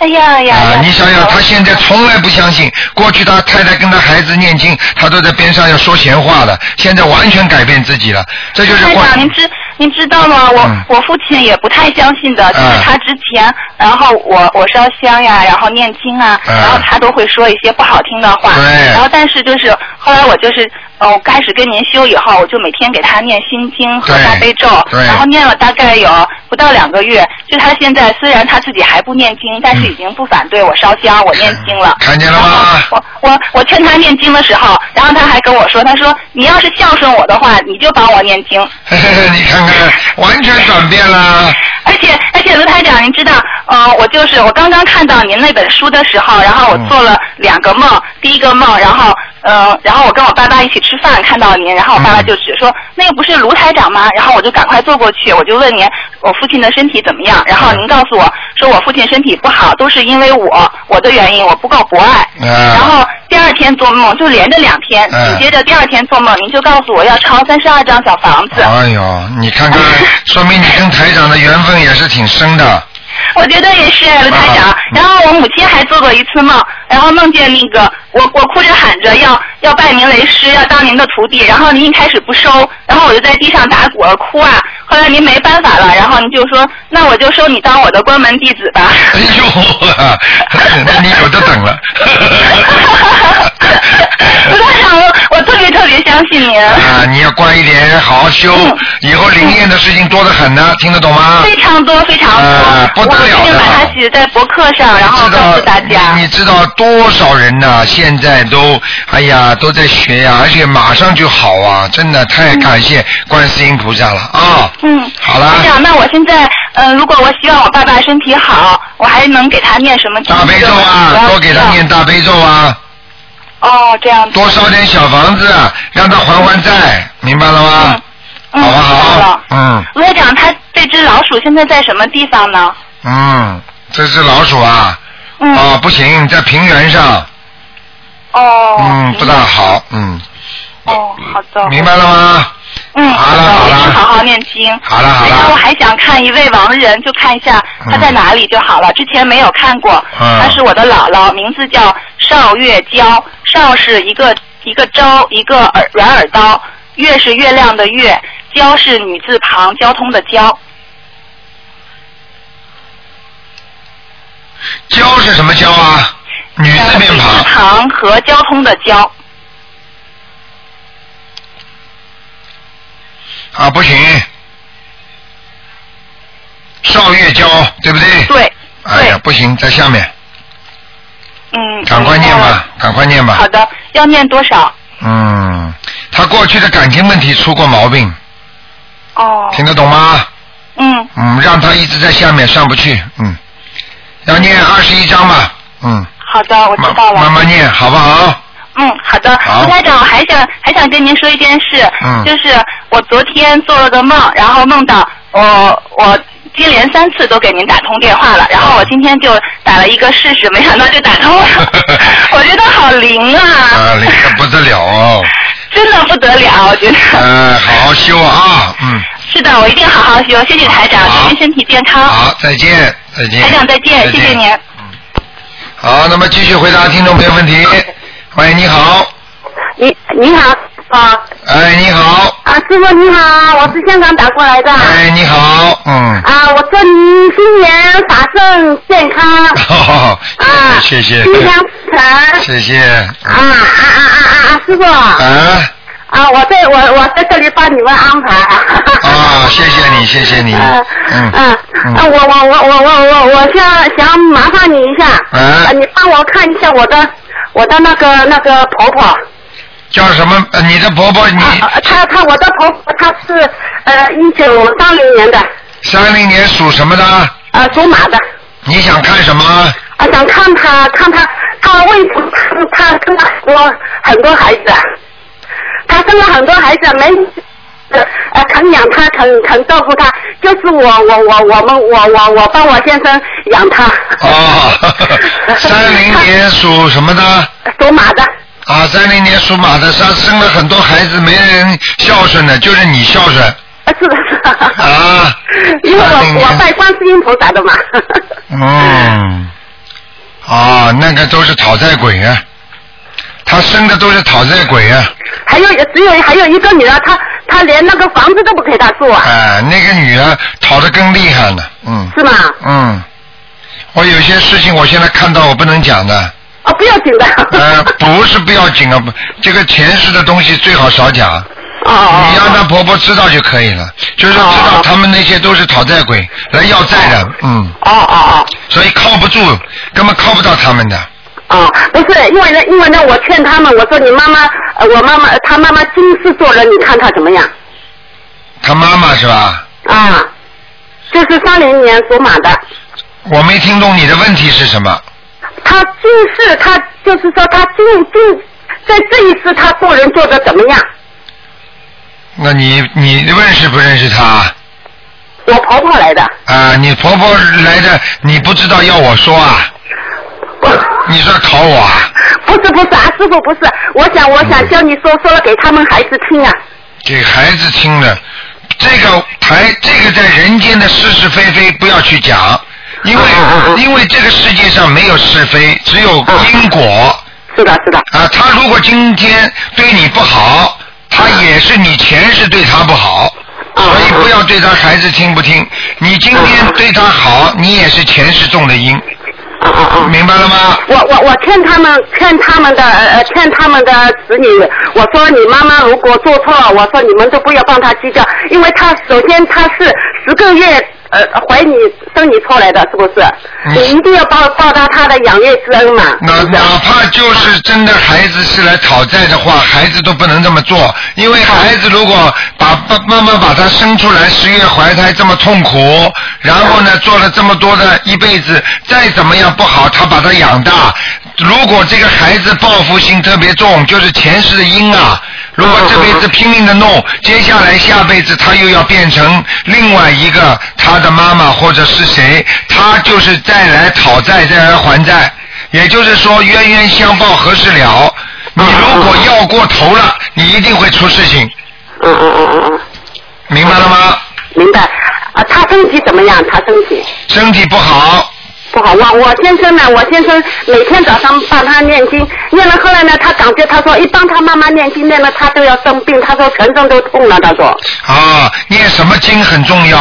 E: 哎呀呀
A: 啊
E: 呀！，
A: 你想想，他现在从来不相信，过去他太太跟他孩子念经，他都在边上要说闲话的，现在完全改变自己了，这就是
E: 台
A: 关。
E: 长，您知您知道吗？我、
A: 嗯
E: 我父亲也不太相信的，就是
A: 嗯
E: 他之前，然后我我烧香呀，然后念经啊，
A: 嗯
E: 然后他都会说一些不好听的话。
A: 对
E: 然后但是就是后来我就是呃，我开始跟您修以后，我就每天给他念心经和
A: 对
E: 大悲咒，
A: 对
E: 然后念了大概有不到两个月，就他现在虽然他自己还不念经，但
A: 嗯
E: 是已经不反对我烧香，我念经了。
A: 看见了
E: 然后
A: 吗？
E: 我我我劝他念经的时候，然后他还跟我说，他说你要是孝顺我的话，你就帮我念经。
A: 嘿嘿 [laughs] 嘿，你看看，完全转变了。啊
E: 而且而且，卢台长，您知道，呃，我就是我刚刚看到您那本书的时候，然后我
A: 嗯
E: 做了两个梦，第一个梦，然后呃，然后我跟我爸爸一起吃饭，看到您，然后我爸爸
A: 嗯
E: 就只说、那个不是卢台长吗？然后我就赶快坐过去，我就问您我父亲的身体怎么样，然后
A: 嗯
E: 您告诉我说我父亲身体不好，都是因为我我的原因，我不够博爱。
A: 啊
E: 然后第二天做梦就连着两天，
A: 嗯
E: 紧接着第二天做梦，您就告诉我要抄三十二张小房子。
A: 哎呦，你看
E: [laughs]
A: 看，说明你跟台长的缘分也是挺深的。
E: 我觉得也是，卢台长
A: 啊。
E: 然后我母亲还做过一次梦，然后梦见那个我我哭着喊着要要拜您为师，要当您的徒弟。然后您一开始不收，然后我就在地上打滚儿哭啊。后来您没办法了，然后您就说那我就收你当我的关门弟子吧。
A: 哎呦，啊那你有的等
E: [laughs]
A: 了。 [laughs]
E: 卢台长，我我特别特别相信您，
A: 啊，你要乖一点，好好修，以后灵验的事情多得很呢、听得懂吗？
E: 非常多非常多，
A: 啊不得了的
E: 我决定把它写在博客上，然后
A: 知道
E: 告诉大家。
A: 你知道多少人呐、现在都哎呀都在学呀、而且马上就好啊！真的太感谢观世音菩萨了啊！
E: 嗯，
A: 好啦
E: 这样，那我现在，嗯、如果我希望我爸爸身体好，我还能给他念什么经？
A: 大悲咒
E: 我
A: 啊，
E: 要
A: 多给他念。大悲咒啊，
E: 哦，这样子。
A: 多烧点小房子，啊让他还还债，明白了吗？
E: 嗯，
A: 好不
E: 知道
A: 好
E: 了？
A: 嗯
E: 卢台长，他这只老鼠现在在什么地方呢？
A: 嗯，这只老鼠啊，
E: 嗯。
A: 啊不行，在平原上，
E: 哦。
A: 嗯不大好，嗯，
E: 哦，好的。
A: 明白了吗？
E: 嗯，
A: 好了
E: 的
A: 好了
E: 我一定好好念经。
A: 好了好了
E: 然后我还想看一位亡人，就看一下他在哪里就好了。之前没有看过，
A: 嗯
E: 他是我的姥姥，名字叫邵月娇，邵是一个一个周一个耳软耳刀，月是月亮的月，娇是女字旁交通的交，
A: 蛟是什么蛟啊？女字
E: 女
A: 边
E: 字
A: 旁。
E: 旁和交通的交。
A: 啊，不行。少月娇，对不对？。
E: 对，
A: 哎呀
E: 对，
A: 不行，在下面，
E: 嗯。
A: 赶快念吧，赶快念
E: 明白了。
A: 吧
E: 好。的，要念多少？
A: 嗯，他过去的感情问题出过毛病，
E: 哦。
A: 听得懂吗？
E: 嗯，
A: 嗯，让他一直在下面上不去，嗯，要念二十一章吧，嗯，
E: 好的，我知
A: 慢
E: 道了。
A: 慢慢念，好不好？
E: 嗯，好的，
A: 好
E: 卢台长，我还想还想跟您说一件事，
A: 嗯，
E: 就是我昨天做了个梦，然后梦到我我接连三次都给您打通电话了，然后我今天就打了一个试试，没想到就打通了我觉得好灵啊，
A: 啊，灵的不得了哦，
E: [laughs] 真的不得了，我觉得。
A: 呃，好好修啊，嗯，
E: 是的，我一定好好学，谢谢台长，
A: 好
E: 祝您身体健康。
A: 好，再见，再见。
E: 台长再见，谢谢您。
A: 好，那么继续回答听众朋友问题。喂，你好。
G: 你你好，啊
A: 哎，你好。
G: 啊，
E: 啊，师傅你好，我是香港打过来的。
A: 哎，你好，嗯，
E: 啊，我祝您新年法正健康。
A: 好，
E: 啊，
A: 谢谢，
E: 吉祥长。
A: 谢谢，
E: 啊啊啊啊啊啊！师傅啊，
A: 啊
E: 我在我我在这里帮你们安排。
A: 啊，谢谢你，谢谢
E: [laughs]
A: 你，
E: 啊
A: 嗯
E: 啊啊！我我我我我我我想想麻烦你一下，
A: 啊
E: 啊，你帮我看一下我的我的那个那个婆婆，
A: 叫什么？呃你的婆婆，你
E: 啊她她我的婆婆她是呃一九三零年的，
A: 三零年属什么的？
E: 呃属马的，
A: 你想看什么？
E: [laughs] 啊想看她看她她为什么她生了很多很多孩子啊，她生了很多孩子没。呃，肯养她，肯肯照顾她，就是我我我我们我我我帮我先生养她。 [laughs]
A: 哦，三零年属什么的？
E: 属马的。
A: 啊，三零年属马的，她生了很多孩子，没人孝顺的，就是你孝顺
E: 啊，是的，是的。
A: 啊。
E: 因为
A: 30
E: 我
A: 年
E: 我拜观世音菩萨的嘛。
A: 嗯，啊，那个都是讨债鬼啊，他生的都是讨债鬼啊。
E: [laughs] 还有只有还有一个女的，她她连那个房子都不给她住啊，
A: 哎，那个女的讨得更厉害了，嗯
E: 是吗？
A: 嗯，我有些事情我现在看到我不能讲的，
E: 哦，不要紧的。
A: 呃，不是不要紧啊，不这个前世的东西最好少讲，
E: [laughs] 哦哦。
A: 你让她婆婆知道就可以了，就是知道他们那些都是讨债鬼来要债的，嗯，
E: 哦哦
A: 所以靠不住，根本靠不到他们的，
E: 哦哦，不是，因为呢，因为呢，我劝他们，我说你妈妈，呃我妈妈，她妈妈今世做人，你看她怎么样？
A: 她妈妈是吧？
E: 啊，就是三零年属马的，
A: 我没听懂你的问题是什么？
E: 她今世她就是说她今今在这一世她做人做的怎么样？
A: 那你你认识不认识她啊？
E: 我婆婆来的。 [laughs]
A: 啊，你婆婆来的，你不知道要我说啊？你是要考我啊？
E: 不是不是啊，师傅不是，我想我想叫你说说了给他们孩子听啊。
A: 给孩子听的，这个台这个在人间的是是非非不要去讲，因为、因为这个世界上没有是非，只有因果
E: 是的，是的，
A: 啊。他如果今天对你不好，他也是你前世对他不好。
E: 啊
A: 所以不要对他孩子听不听，你今天对他好，你也是前世种的因，
E: 啊啊啊！
A: 明白了吗？
E: 我我我劝他们劝他们的呃呃劝他们的子女，我说你妈妈如果做错了，我说你们都不要帮她计较，因为她首先她是十个月呃怀你生你出来的，是不是？
A: 嗯
E: 你一定要报报答她的养育之恩嘛。
A: 哪
E: 是不是
A: 哪怕就是真的孩子是来讨债的话，孩子都不能这么做，因为孩子如果把爸妈妈把他生出来十月怀胎这么痛苦，然后呢做了这么多的一辈子，再怎么样不好，他把他养大，如果这个孩子报复心特别重，就是前世的因啊。如果这辈子拼命的弄，接下来下辈子他又要变成另外一个他的妈妈或者是谁，他就是再来讨债，再来还债。也就是说，冤冤相报何时了？你如果要过头了，你一定会出事情，
E: 嗯嗯嗯嗯嗯，
A: 明白了吗？
E: 明白。啊，她身体怎么样？她身体？
A: 身体不好，
E: 不好，我我先生呢，我先生每天早上帮他念经，念了后来呢，他感觉他说一帮他妈妈念经念了，他都要生病，他说全身都痛了，他说
A: 啊，念什么经很重要。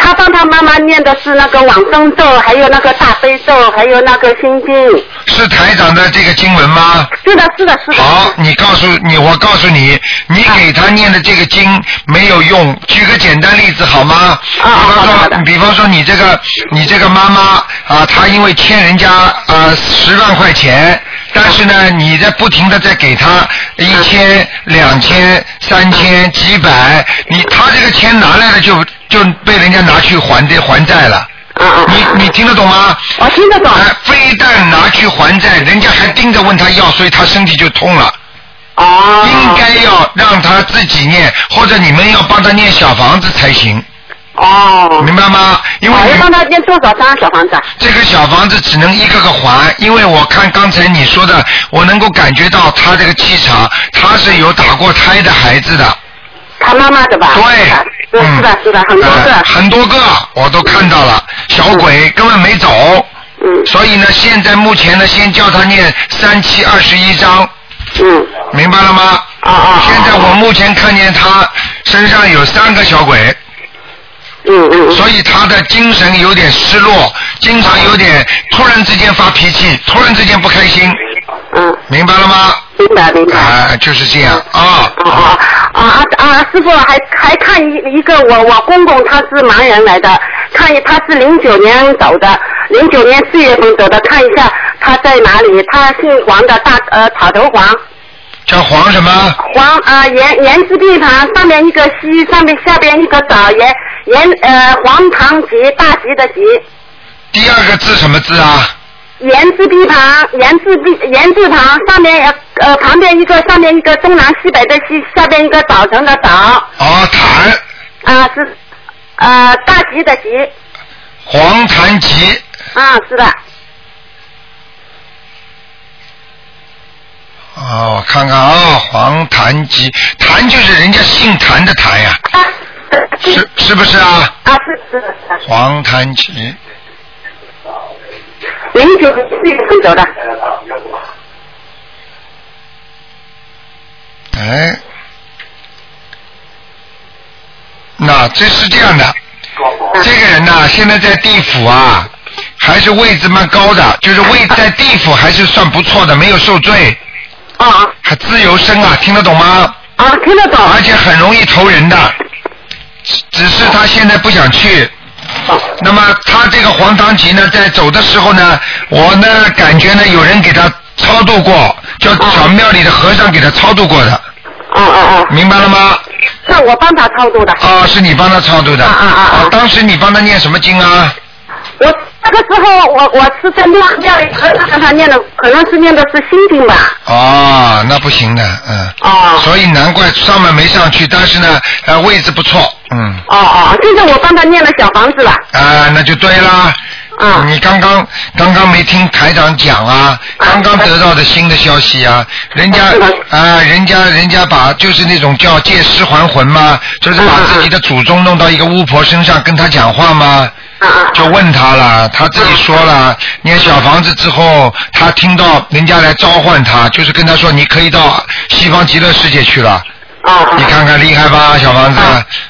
E: 他帮他妈妈念的是那个往生咒，还有那个大悲咒，还有那个心经。
A: 是台长的这个经文吗？
E: 是的，是的，是的。
A: 好，你告诉你，我告诉你，你给他念的这个经没有用。举个简单例子好吗？比
E: 啊
A: 方
E: 好的好
A: 说，
E: 的
A: 比方说你这个你这个妈妈啊，她因为欠人家啊十万块钱，但是
E: 啊
A: 呢，你在不停的在给她一千、两千、三
E: 啊
A: 千、几百，你她这个钱拿来了就就被人家拿去还债还债了。
E: 啊啊啊！
A: 你你听得懂吗？
E: 我听得懂。
A: 哎，非但拿去还债，人家还盯着问他要，所以他身体就痛了。
E: 哦。
A: 应该要让他自己念，或者你们要帮他念小房子才行，
E: 哦。
A: 明白吗？因为
E: 我要
A: 你
E: 帮他念多少张小房子啊？
A: 这个小房子只能一个个还，因为我看刚才你说的，我能够感觉到他这个气场，他是有打过胎的孩子的，
E: 他妈妈的吧？
A: 对，
E: 是的，
A: 嗯
E: 是的，是的，很多
A: 呃
E: 个。
A: 很多个我都看到了，小鬼根本没走，
E: 嗯
A: 所以呢，现在目前呢，先叫他念三七二十一章，
E: 嗯。
A: 明白了吗？
E: 哦
A: 啊啊！现在我目前看见他身上有三个小鬼。嗯嗯。所以他的精神有点失落，经常有点突然之间发脾气，突然之间不开心。嗯。明白了吗？
E: 明白明白。
A: 啊，就是这样啊。
E: 啊啊啊！师傅还还看一一个我我公公他是盲人来的，看一他是零九年走的，零九年四月份走的，看一下他在哪里？他姓黄的大呃草头黄。
A: 叫黄什么？
E: 黄呃言言字边旁，上面一个西，上面下边一个早，言言呃黄堂吉大吉的吉，
A: 第二个字什么字啊？
E: 言字边旁，言字边言字旁，上面呃呃旁边一个，上面一个东南西北的西，下边一个早晨的早。
A: 哦，谭。
E: 啊、是呃大吉的吉，
A: 黄谭吉，
E: 啊是的，
A: 哦，我看看啊、黄谭吉，谭就是人家姓谭的谭呀、是是不是啊？
E: 啊是是的，
A: 黄谭吉，
E: 零九年四月份走的，
A: 哎，那这是这样的，这个人呐、现在在地府啊，还是位置蛮高的，就是位在地府还是算不错的，没有受罪。
E: 啊。
A: 还自由身啊，听得懂吗？
E: 啊，听得懂。
A: 而且很容易投人的，只只是他现在不想去。那么他这个黄堂吉呢，在走的时候呢，我呢感觉呢有人给他超度过，叫小庙里的和尚给他超度过的。
E: 哦哦
A: 哦。明白了吗？
E: 是我帮他超度的。
A: 哦，是你帮他超度的。啊啊啊！哦，当时你帮他念什么经啊？
E: 我那个时候我我是在庙庙里和尚他念的，可能是念的是心经吧。
A: 哦，那不行的，嗯。哦。所以难怪上面没上去，但是呢，呃，位置不错，嗯。
E: 哦哦，现在我帮他念了小房子了。
A: 啊，那就对啦。啊、你刚刚刚刚没听台长讲啊，刚刚得到的新的消息啊，人家啊，人家人家把就是那种叫借尸还魂嘛，就是把自己的祖宗弄到一个巫婆身上跟他讲话嘛，
E: 啊
A: 就问他了，他自己说了，念小房子之后，他听到人家来召唤他，就是跟他说你可以到西方极乐世界去了。
E: 啊哦
A: 你看看厉害吧，小房子，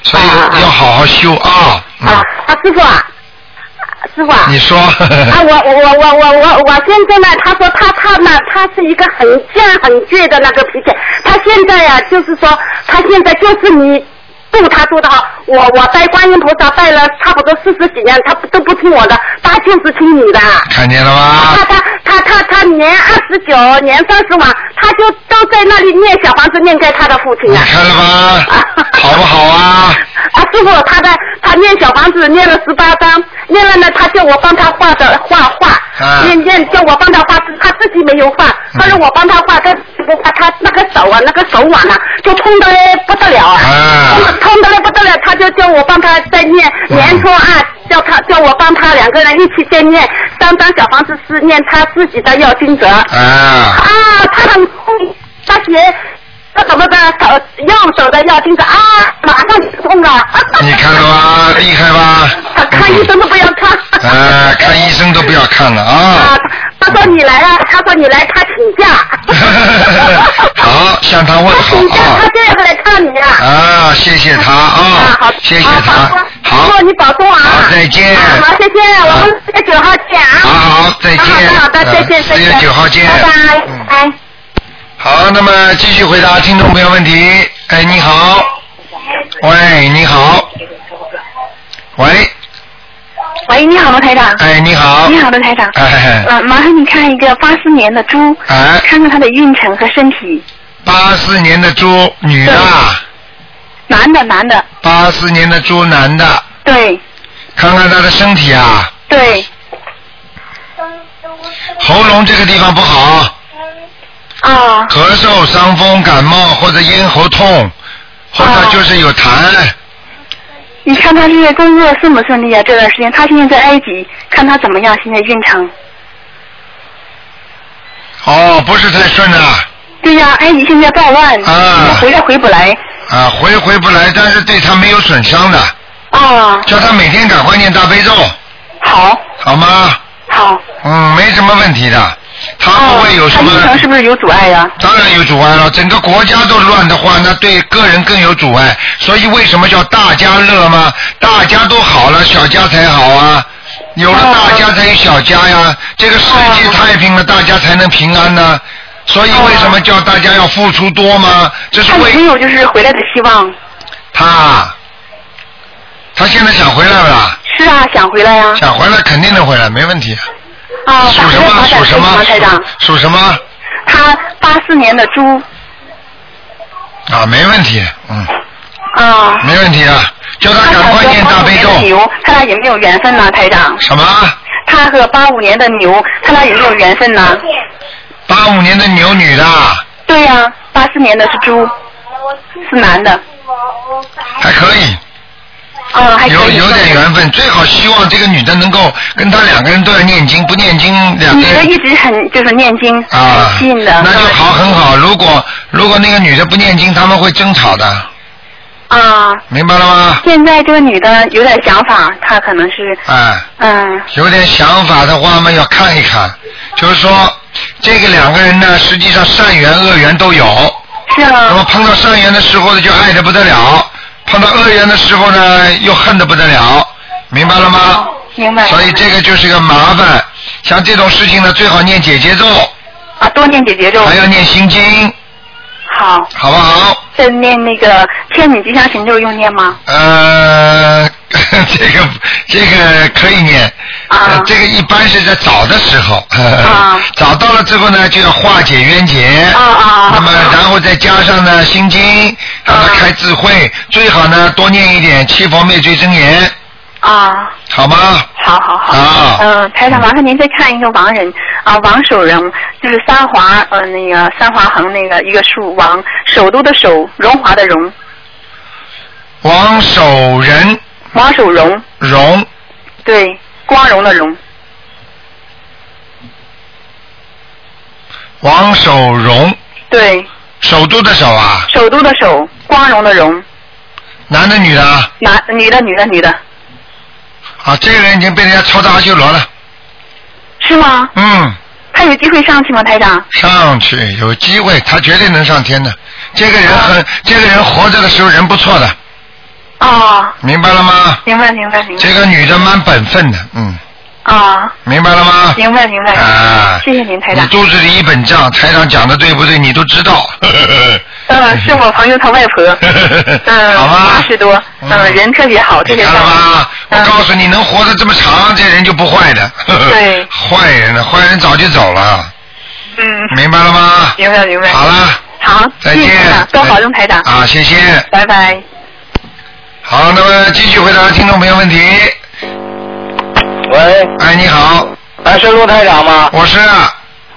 A: 所以要好好修啊。
E: 啊，师傅啊，师傅啊。
A: 你说。 [laughs]
E: 啊，我我我我我我我先生呢，他说他他呢，他是一个很犟很倔的那个脾气，他现在呀、就是说他现在就是你。度他度的好，我我拜观音菩萨拜了差不多四十几年，他不都不听我的，他就是听你的。
A: 看见了吗？
E: 他他他他他年二十九，年三十晚，他就都在那里念小房子，念给他的父亲啊。
A: 看了吗？好不好啊？
E: 啊，师傅，他的他念小房子念了十八章，念了呢，他叫我帮他画的画画，
A: 啊嗯
E: 念念叫我帮他画，他自己没有画，他让我帮他画，他不画，他那个手啊，那个手腕啊，就痛的嘞不得了啊，痛的嘞不得了，他就叫我帮他再念
A: 嗯
E: 年初二，叫他叫我帮他两个人一起再念三张小房子是念他自己的要经者
A: 啊
E: 啊，他很聪明，大学。他怎么的手右手的要经者啊，马上就痛了。
A: 你看了吗？厉害吧？
E: 啊看医生都不要看。
A: 啊，看医生都不要看了啊！
E: 他说你来啊，他说你来，他请假。
A: [laughs] 好，向他问好啊！
E: 他这样来看你啊。
A: 啊，谢谢他啊，谢谢他，
E: 师傅，你保重啊！
A: 好再见
E: 啊好，谢谢，我们四月九号见啊！
A: 好好，再见。嗯
E: 好的，好的，再见，再
A: 四
E: 见。
A: 月九号见。嗯
E: 拜拜，哎拜。
A: 好，那么继续回答听众朋友问题。哎，你好，喂，你好，喂，
F: 喂，你好，罗台长。
A: 哎，你好
F: 你好，罗台长。
A: 哎，
F: 呃，麻烦你看一个八四年的猪，
A: 哎
F: 看看它的运程和身体。
A: 八四年的猪女的，
F: 男的，男的，
A: 八四年的猪男的，
F: 对
A: 看看他的身体啊，
F: 对，
A: 喉咙这个地方不好，
F: 啊，
A: 咳嗽、伤风、感冒或者咽喉痛，或者就是有痰，
F: 你看他现在工作顺不顺利啊？这段时间他现在在埃及，看他怎么样，现在运程。
A: 哦，不是太顺啊。
F: 对呀、埃及现在暴乱，
A: 啊
F: 回来回不来。
A: 啊，回回不来，但是对他没有损伤的。
F: 啊。
A: 叫他每天赶快念大悲咒。
F: 好。
A: 好吗？
E: 好，
A: 嗯，没什么问题的，他不会有什么。
E: 哦他运程是不是有阻碍呀、
A: 当然有阻碍了，整个国家都乱的话，那对个人更有阻碍。所以为什么叫大家乐嘛？大家都好了，小家才好啊。有了大家才有小家呀，这个世界太平了，大家才能平安呢、所以为什么叫大家要付出多吗？这是
E: 他有没
A: 为
E: 有就是回来的希望？
A: 他，他现在想回来了啦，
E: 是啊，想回来呀、
A: 想回来肯定能回来，没问题。
E: 啊。
A: 属什么？属什么？
E: 台长，
A: 属什么？
E: 他八四年的猪
A: 啊，没问题，嗯，
E: 啊。
A: 没问题啊，叫他
E: 他
A: 赶快念大悲咒
E: 和85。年的牛，他俩有没有缘分呢，台长？
A: 什么？
E: 他和八五年的牛，他俩有没有缘分呢？
A: 八五年的牛女的，
E: 对呀、八四年的是猪，是男的，
A: 还可以，
E: 啊，还可
A: 有
E: 以
A: 有点缘分。最好希望这个女的能够跟他两个人都要念经，不念经两
E: 女
A: 个
E: 的
A: 人
E: 一直很就是念经，
A: 啊
E: 很，吸引的，
A: 那就好很好。如果如果那个女的不念经，他们会争吵的，
E: 啊。
A: 明白了吗？
E: 现在这个女的有点想法，她可能是，
A: 哎，
E: 嗯，
A: 有点想法的话嘛，要看一看。就是说，这个两个人呢，实际上善缘恶缘都有。
E: 是
A: 那么
E: 啊，
A: 碰到善缘的时候呢，就爱的不得了；碰到恶缘的时候呢，又恨的不得了，明白了吗？
E: 明白。
A: 啊所以这个就是个麻烦。像这种事情呢，最好念姐姐咒，
E: 啊，多念姐姐咒，
A: 还要念心经，
E: 好，
A: 好不好？
E: 再念那个《千女吉祥神咒》用念吗？
A: 呃， [laughs] 这个这个可以念。
E: 啊
A: 呃这个一般是在早的时候， [laughs]
E: 啊
A: 找到了之后呢，就要化解冤结。
E: 啊啊
A: 那么，然后再加上呢，心经，让他开智慧，最好呢多念一点七佛灭罪真言，
E: 啊，
A: 好吗？
E: 好好好。
A: 啊
E: 嗯，台长，麻烦您再看一个王人啊，王守仁，就是三华呃那个三华横那个一个树王，首都的首，荣华的荣，
A: 王守仁
E: 王守荣，
A: 荣，
E: 对，光荣的荣，
A: 王守荣，
E: 对，
A: 首都的首啊，
E: 首都的首，光荣的荣，
A: 男的女的啊？
E: 男女的女的女的，
A: 啊，这个人已经被人家抄到阿修罗了。
E: 是吗？
A: 嗯，
E: 他有机会上去吗，台长？
A: 上去有机会，他绝对能上天的。这个人很，这个人活着的时候人不错的，
E: 啊，
A: 明白了吗？
E: 明白明白明白
A: 这个女的蛮本分的，嗯，
E: 啊，
A: 明白了吗？
E: 明白明白，
A: 啊，
E: 哎谢谢您，台长
A: 你。肚子里一本账，台长讲的对不对，你都知道。，
E: 嗯，是我朋友他外婆
A: [laughs]
E: 嗯，
A: 好吧
E: 八十多，
A: 嗯
E: 嗯，人特别好，特
A: 你
E: 别嗯
A: 看
E: 善
A: 了
E: 良
A: 吧。？我告诉你，能活得这么长，这人就不坏的。
E: 对
A: [laughs] 坏人呢，坏人早就走了，
E: 嗯，
A: 明白了吗？
E: 明白明白。
A: 好了，
E: 好，
A: 再
E: 谢谢台
A: 见
E: 长。多保重，台长，
A: 啊，谢谢。
E: 拜拜。
A: 好，那么继续回答听众朋友问题。
H: 喂，
A: 哎，你好，
H: 哎，是陆台长吗？
A: 我是，啊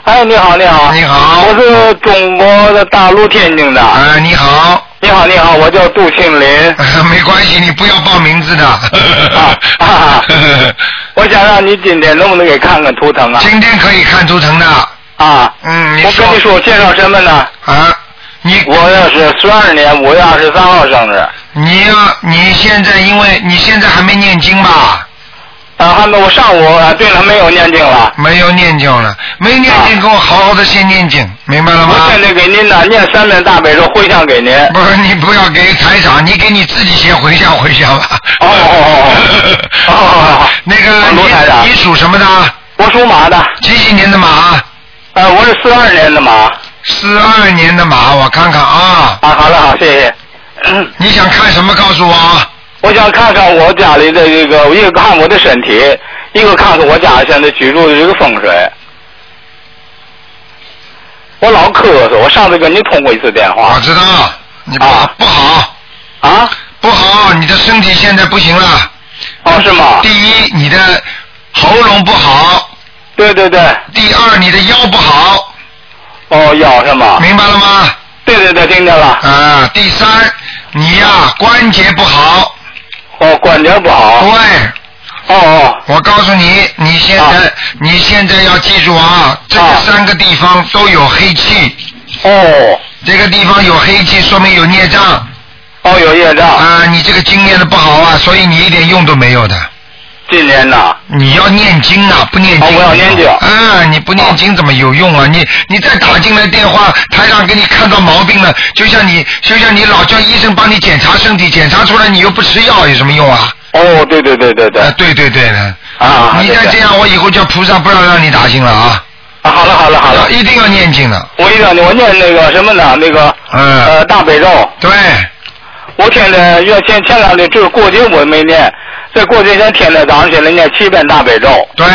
H: 哎，你好，你好，
A: 你好
H: 我是中国的大陆天津的。
A: 哎，你好， [laughs]
H: 你好，你好，我叫杜庆林，
A: 没关系，你不要报名字的。 [laughs]
H: 啊我想让你今天能不能给看看图腾啊？
A: 今天可以看图腾的，
H: 啊，
A: 嗯，你
H: 我
A: 说
H: 跟你说，我介绍身份呢？
A: 啊，你
H: 我要是十二年五月二十三号生日，啊，
A: 你要你现在因为你现在还没念经吧？
H: 还没我上午啊，对了，没有念经了，
A: 没有念经了，没念经，
H: 啊
A: 给我好好的先念经，明白了吗
H: 我？现在给您呢念三遍大悲咒回向给您。
A: 不是你不要给台长，你给你自己先回想回想吧。
H: 哦哦
A: [laughs]
H: 哦哦哦哦
A: 那个
H: 罗台长
A: 你你属什么的？
H: 我属马的，
A: 几几年的马？
H: 呃，我是四二年的马。
A: 四二年的马，我看看啊。
H: 啊，好了，好，谢谢。嗯
A: 你想看什么？告诉我啊。
H: 我想看看我家里的这个，一个看我的身体，一个看看我家现在居住的这个风水。我老咳嗽，我上次跟你通过一次电
A: 我
H: 话
A: 知道，你不好
H: 啊
A: 不好
H: 啊？
A: 不好，你的身体现在不行了。
H: 哦，是吗？
A: 第一，你的喉咙不好；
H: 对对对，
A: 第二，你的腰不好，
H: 哦，腰是吗？
A: 明白了吗？
H: 对对对，听见了。
A: 啊，第三，你呀、关节不好。
H: 哦，关节不好。哦
A: 对，
H: 哦
A: 我告诉你，你现在、
H: 啊
A: 你现在要记住啊，这个
H: 啊
A: 三个地方都有黑气，
H: 哦
A: 这个地方有黑气，说明有孽障。
H: 哦，有业障，
A: 啊啊，你这个经念的不好啊，所以你一点用都没有的。
H: 今年呐，
A: 你要念经啊，不念经、
H: 哦我要念经
A: 啊，你不念经怎么有用啊？你你再打进来电话，台长给你看到毛病了，就像你就像你老叫医生帮你检查身体，检查出来你又不吃药有什么用啊？
H: 哦，对对对对对，
A: 啊，对对对的。
H: 啊
A: 你再
H: 对对
A: 这样，我以后叫菩萨不要让你打进了啊！
H: 啊，好了好了好了，
A: 一定要念经的。
H: 我一定我念那个什么呢？那个
A: 嗯，
H: 呃大悲咒，
A: 对，
H: 我天天要前前两天就是过节我没念，在过节前天天早上起来念七遍大悲咒，
A: 对，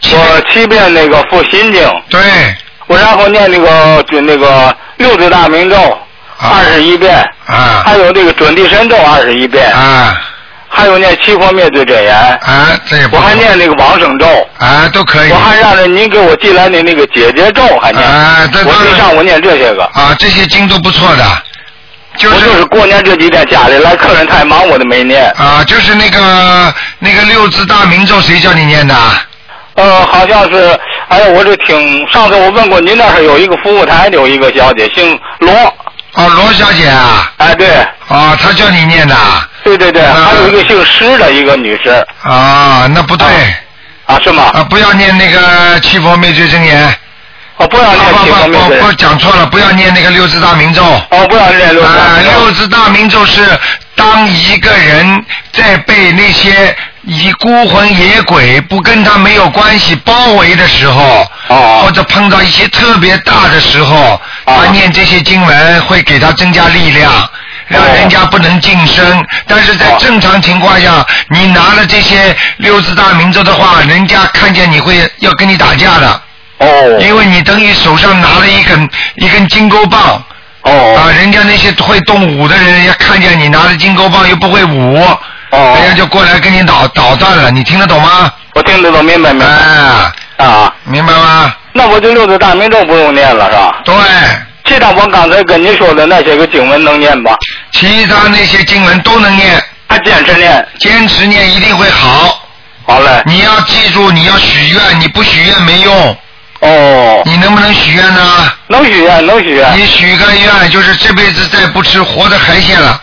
A: 七
H: 我七遍那个复心经，
A: 对，
H: 我然后念那个就那个六字大明咒
A: 啊
H: 二十一遍，
A: 啊
H: 还有那个准提神咒二十一遍，
A: 啊
H: 还有念七佛灭罪真言，
A: 啊，这也不
H: 我还
A: 错
H: 念那个往生咒，
A: 啊，都可以。
H: 我还让着您给我寄来的那个姐姐咒还念，
A: 啊，这
H: 我
A: 当
H: 就
A: 然
H: 上午念这些个。
A: 啊，这些经都不错的，就
H: 我
A: 是
H: 就是过年这几天家里来客人太忙，我都没念。
A: 啊，就是那个那个六字大明咒，谁叫你念的啊？
H: 呃，好像是，哎呀，我这挺，上次我问过您那儿有一个服务台，有一个小姐姓罗，
A: 哦，罗小姐啊，
H: 哎，对，
A: 哦，她叫你念的啊，
H: 对对对，
A: 啊
H: 还有一个姓施的一个女士，
A: 啊，那不对
H: 啊，是吗？
A: 啊，不要念那个七佛灭罪真言，
H: 我哦不要
A: 啊
H: 念
A: 不
H: 七佛
A: 不
H: 灭罪
A: 不，不，讲错了，不要念那个六字大明咒，啊，
H: 哦，不要念六佛灭
A: 六
H: 罪
A: 字大明咒是当一个人在被那些以孤魂野鬼不跟他没有关系包围的时候，或
H: 哦，
A: 者碰到一些特别大的时候，
H: 啊
A: 他念这些经文会给他增加力量，让
H: 哦
A: 人家不能近身。但是在
H: 哦
A: 正常情况下，你拿了这些六字大明咒的话，人家看见你会要跟你打架的，
H: 哦，
A: 因为你等于手上拿了一根一根金钩棒。啊，
H: 哦，
A: 人家那些会动武的人，人家看见你拿着金钩棒又不会武，
H: 哦
A: 人家哎就过来跟你捣捣蛋了。你听得懂吗？
H: 我听得懂，明白明白
A: 哎，
H: 啊。
A: 明白吗？
H: 那我就六字大明咒不用念了，是吧？
A: 对。
H: 这张我刚才跟您说的那些个经文能念吧？
A: 其他那些经文都能念，
H: 还坚持念，
A: 坚持念一定会好。
H: 好嘞。
A: 你要记住，你要许愿，你不许愿没用。
H: 哦，
A: 你能不能许愿呢？
H: 能许愿，能许愿。
A: 你许个愿，就是这辈子再不吃活的海鲜了，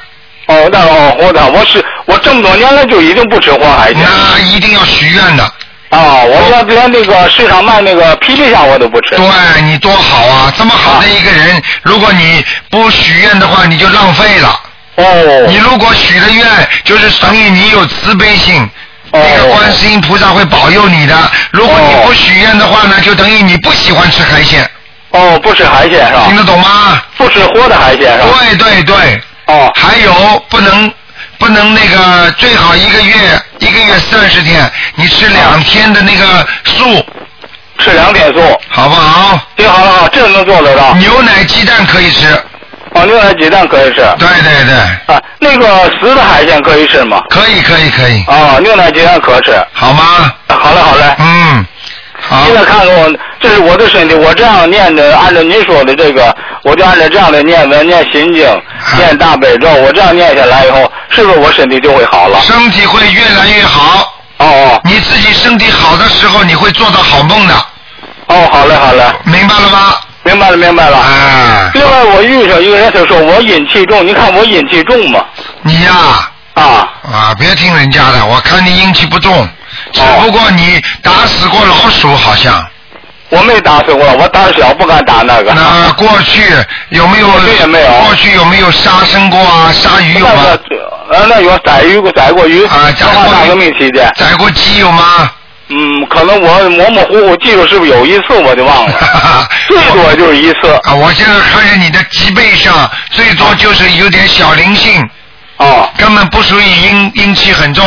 H: 哦，那哦，我的，我是我这么多年了就已经不吃活海鲜
A: 那一定要许愿的。
H: 啊，我说连那个市场卖那个霹雳虾我都不吃。
A: 对你哦多好啊！这么好的一个人，如果你不许愿的话，你就浪费了。你
H: 哦，
A: 如果许了愿，就是等于你有慈悲心，
H: 哦
A: 那个观世音菩萨会保佑你的。如果你不许愿的话呢，就等于你不喜欢吃海鲜，
H: 哦，不吃海鲜是
A: 听
H: 吧？
A: 得懂吗？
H: 不吃活的海鲜是吧？
A: 对对对，
H: 哦，
A: 还有不能不能那个最好一个月一个月三十天，你吃两天的那个素，
H: 吃两天素。
A: 好不好？
H: 行，好了好，这能做得到。
A: 牛奶鸡蛋可以吃，
H: 哦，牛奶鸡蛋可以吃
A: 对对对，
H: 啊，那个死的海鲜可以吃吗？
A: 可以可以可以，
H: 啊，牛奶鸡蛋可吃。啊
A: 好吗？
H: 好嘞好嘞。
A: 嗯，好
H: 现，在看看我，这是我的身体，我这样念的，按照您说的这个，我就按照这样的念文、念心
A: 啊
H: 经、念大悲咒，我这样念下来以后，是不是我身体就会好了？
A: 身体会越来越好。
H: 哦哦
A: 你自己身体好的时候，你会做到好梦的，
H: 哦，好嘞好嘞，
A: 明白了吗？
H: 明白了明白了。
A: 啊，
H: 另外，我遇上一个人，他说我阴气重，你看我阴气重吗？
A: 你呀、
H: 啊，
A: 啊，别听人家的，我看你阴气不重，只
H: 哦
A: 不过你打死过老鼠好像。
H: 我没打死过，我胆小，不敢打那个。
A: 那过去有没有？
H: 哦过去也没有
A: 过去有没有杀生过啊？杀鱼有
H: 那
A: 吗
H: 个？呃，那有宰鱼过，宰过鱼，
A: 啊宰过鱼
H: 文化大革命期间，
A: 宰过鸡有吗？
H: 嗯，可能我模模糊糊记住是不是有一次我就忘了。
A: [laughs]
H: 哦最多就是一次。
A: 啊，我现在看见你的脊背上最多就是有点小灵性，
H: 哦
A: 根本不属于阴阴气很重，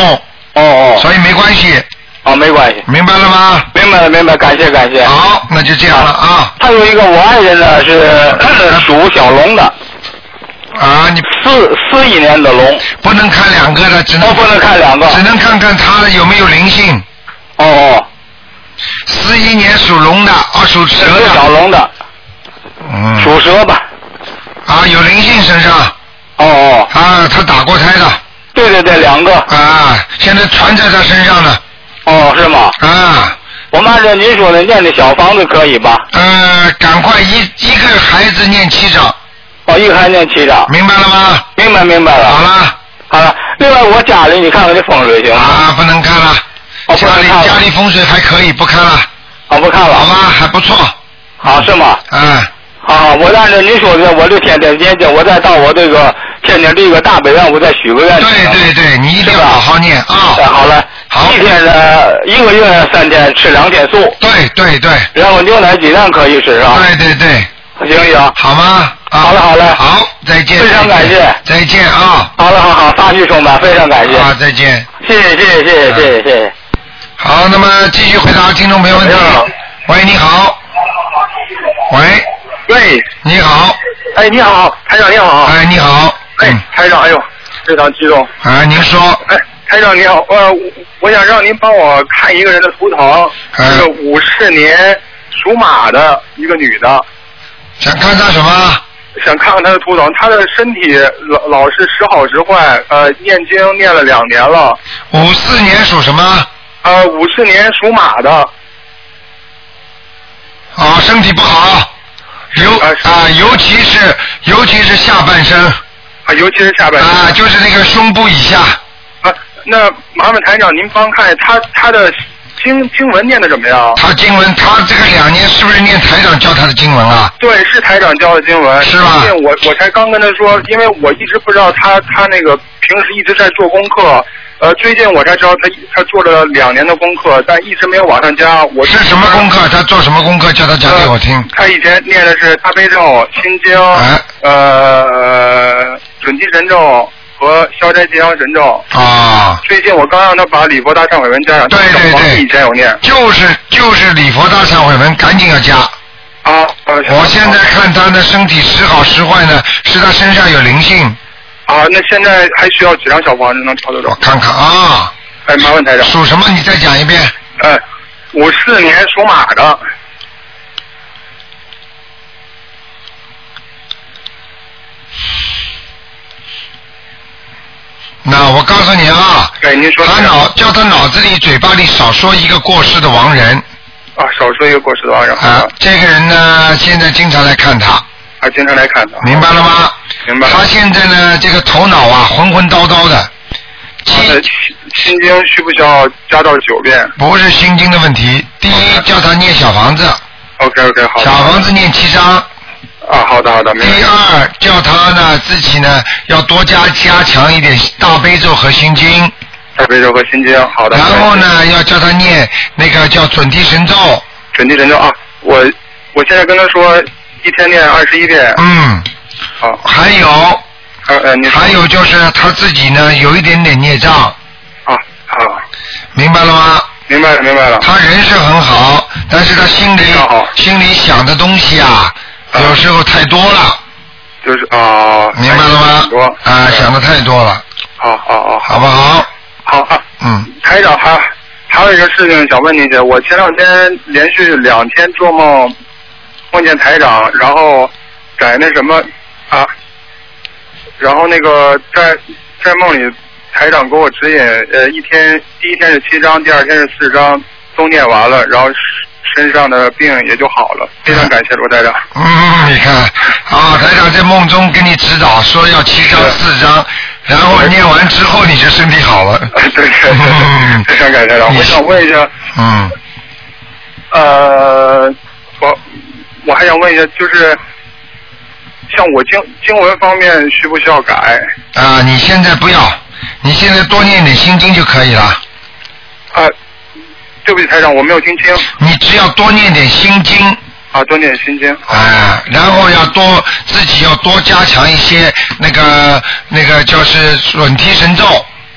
H: 哦哦，
A: 所以没关系，
H: 哦，没关系，
A: 明白了吗？
H: 明白了明白了，感谢感谢。
A: 好，那就这样了啊
H: 还有一个我爱人呢是
A: [coughs]
H: 属小龙的，
A: 啊！你
H: 四四一年的龙，
A: 不能看两个的，只能
H: 我哦不能看两个。
A: 只能看看他有没有灵性。
H: 哦哦，
A: 十一年属龙的，啊属蛇
H: 是小
A: 的，
H: 龙的，
A: 嗯，
H: 属蛇吧。
A: 啊有灵性身上
H: 哦哦，
A: 啊，他打过胎的
H: 对对对，两个。
A: 啊，现在传在他身上呢
H: 哦，是吗？
A: 啊，
H: 我们按照您说的念的小房子可以吧？
A: 呃，赶快一一个孩子念七章，
H: 哦，一个还念七张。
A: 明白了吗？
H: 明白明白
A: 好
H: 了。
A: 了
H: 好了，另外我家里你看看这风水行吗？哦
A: 啊，不能看了，家里家里风水还可以，不看了。
I: 啊，不看了。
A: 好吧，还不错。
I: 好是吗？
A: 嗯。
I: 啊，我按照您说的，我就天天念经，我再到我这个天津这个大北院，我再许个愿。啊
A: 对对对，你一定要好好念啊。
I: 哎好嘞，好。一天呃，一个月三天吃两天素。
A: 对对对。
I: 然后牛奶尽量可以吃啊。
A: 对对对。
I: 行行。
A: 好吗？啊
I: 好了好了。
A: 好，再见。
I: 非常感谢。
A: 再见啊。
I: 好了好好，大局充满，非常感谢。
A: 啊，再见。
I: 谢谢谢谢
A: 嗯
I: 谢谢谢谢谢谢。
A: 好，那么继续回答听众朋友问题。喂，你好。喂，
H: 喂，
A: 你好。
H: 哎，你好，台长你
I: 哦
H: 好。
A: 哎，你好。
H: 哎，台长，哎呦，非常激动。
A: 啊，您说。
H: 哎，台长你好，呃，我我想让您帮我看一个人的图腾，是个五四年属马的一个女的，
A: 想看他什么？
H: 想看看她的图腾，她的身体老老是时好时坏，呃，念经念了两年了，
A: 五四年属什么？
H: 呃，五四年属马的，
A: 啊，身体不好，尤啊，尤其是尤其是下半身
H: 啊，尤其是下半身啊
A: 啊，就是那个胸部以下，
H: 那麻烦台长您帮看她她的经经文念的怎么样？
A: 他经文，他这个两年是不是念台长教他的经文啊？
H: 对，是台长教的经文。是吧？我我才刚跟他说，因为我一直不知道他他那个平时一直在做功课，呃，最近我才知道他他做了两年的功课，但一直没有往上加。我呃
A: 是什么功课？他做什么功课？叫他讲给我听。哎
H: 他以前念的是大悲咒、心经、呃准提神咒和消灾吉祥神咒。
A: 啊，
H: 最近我刚让他把礼佛大忏悔文加上，对对对，以前有念。
A: 就是就是礼佛大忏悔文，赶紧要加。
H: 啊，
A: 我现在看他的身体时好时坏呢，是他身上有灵性。
H: 啊，那现在还需要几张小房子能调得着？
A: 看看啊。
H: 哎，麻烦台长。
A: 属什么？你再讲一遍。
H: 哎，五四年属马的。
A: 那我告诉你啊，
H: 哎
A: 他脑叫他脑子里、嘴巴里少说一个过世的亡人
H: 啊，少说一个过世的亡人
A: 啊。这个人呢，现在经常来看他，
H: 啊，经常来看他。
A: 明白了吗？
H: 明白了。啊
A: 他现在呢，这个头脑啊，浑浑叨叨的，
H: 他的心心经需不需要加到九遍
A: 不是心经的问题。第一，叫他念小房子，
H: ？OK OK，好
A: 小房子哎念七章。
H: 啊，好的好的，明白。
A: 第二，叫他呢自己呢要多加加强一点大悲咒和心经。
H: 大悲咒和心经，好的。
A: 然后呢，要叫他念那个叫准提神咒。
H: 准提神咒啊，我我现在跟他说一天念二十一遍。
A: 嗯。
H: 好。
A: 还有。
H: 呃呃，你说
A: 还有就是他自己呢有一点点孽障。
H: 啊，好。
A: 明白了吗？
H: 明白了，明白了。
A: 他人是很好，但是他心里心里想的东西啊，有时候太多了
H: 就是啊。
A: 明白了吗
H: 很多。
A: 啊，想的太多了，
H: 好好好。
A: 好不好？
H: 好啊。
A: 嗯。
H: 台长还还有一个事情想问您一下，我前两天连续两天做梦，梦见台长，然后在那什么啊，然后那个在在梦里台长给我指引，呃，一天第一天是七章，第二天是四章，都念完了，然后身上的病也就好了，非常感谢罗台长。 [laughs]
A: 嗯，你看啊，台长在梦中给你指导说要七张四张，然后念完之后你就身体好
H: [laughs]
A: 了。
H: 对对对，非常感谢台长。我想问一下，
A: 嗯，
H: 呃，我我还想问一下，就是像我经经文方面需不需要改？
A: 啊，你现在不要，你现在多念点心经就可以了。
H: 啊，对不起，台长，我没有听清。
A: 你只要多念点心经。
H: 啊，多念心经。
A: 啊，然后要多自己要多加强一些那个那个就是准提神咒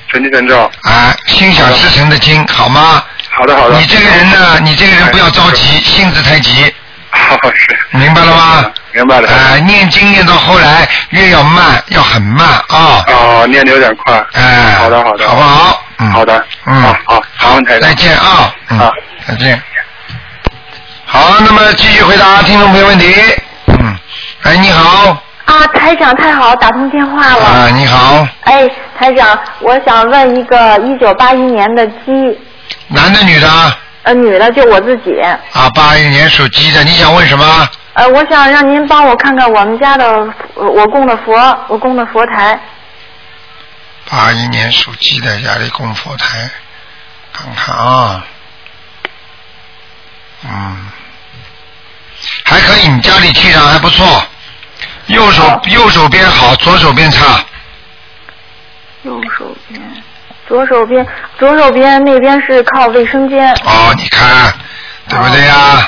H: 准提神咒。
A: 啊，心想事成的经，好吗？
H: 好的好的
A: 你这个人呢，你这个人不要着急，性子太急。
H: [laughs] 好是。
A: 明白了吗？
H: 明白了。
A: 啊，念经念到后来越要慢，要很慢啊。
H: 哦，念的有点快。
A: 哎。
H: 好的好的。好不
A: 好？
H: 好的。
A: 嗯。
H: 好，好，台长。
A: 再见啊。
H: 啊。
A: 再见。好，那么继续回答听众朋友问题。嗯，哎，你好，
B: 啊，台长太好，打通电话了。
A: 啊，你好，
B: 哎，台长，我想问一个一九八一年的鸡，
A: 男的女的？
B: 呃，女的就我自己，
A: 啊，八一年属鸡的，你想问什么？
B: 呃，我想让您帮我看看我们家的呃我供的佛，我供的佛台，
A: 八一年属鸡的家里供佛台，看看啊，嗯，还可以，你家里气场还不错，右手、右手边好，左手边差，
B: 右手边，左手边，左手边那边是靠卫生间。
A: 哦，你看对不对呀、
B: 啊，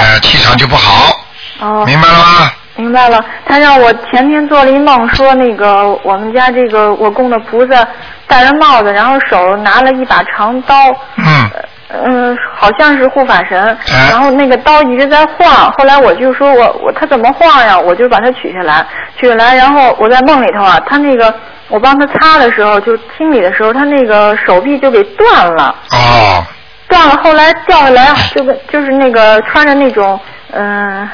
A: 呃，气场就不好，
B: 哦，
A: 明白了吗？
B: 明白了，他让我前天做了一梦，说那个我们家这个我供的菩萨戴着帽子，然后手拿了一把长刀，
A: 嗯
B: 嗯，好像是护法神，然后那个刀一直在晃，后来我就说我我他怎么晃呀？我就把它取下来，取下来，然后我在梦里头啊，他那个我帮他擦的时候，就清理的时候，他那个手臂就给断了。
A: 哦，
B: 断了，后来掉下来啊就跟就是那个穿着那种嗯、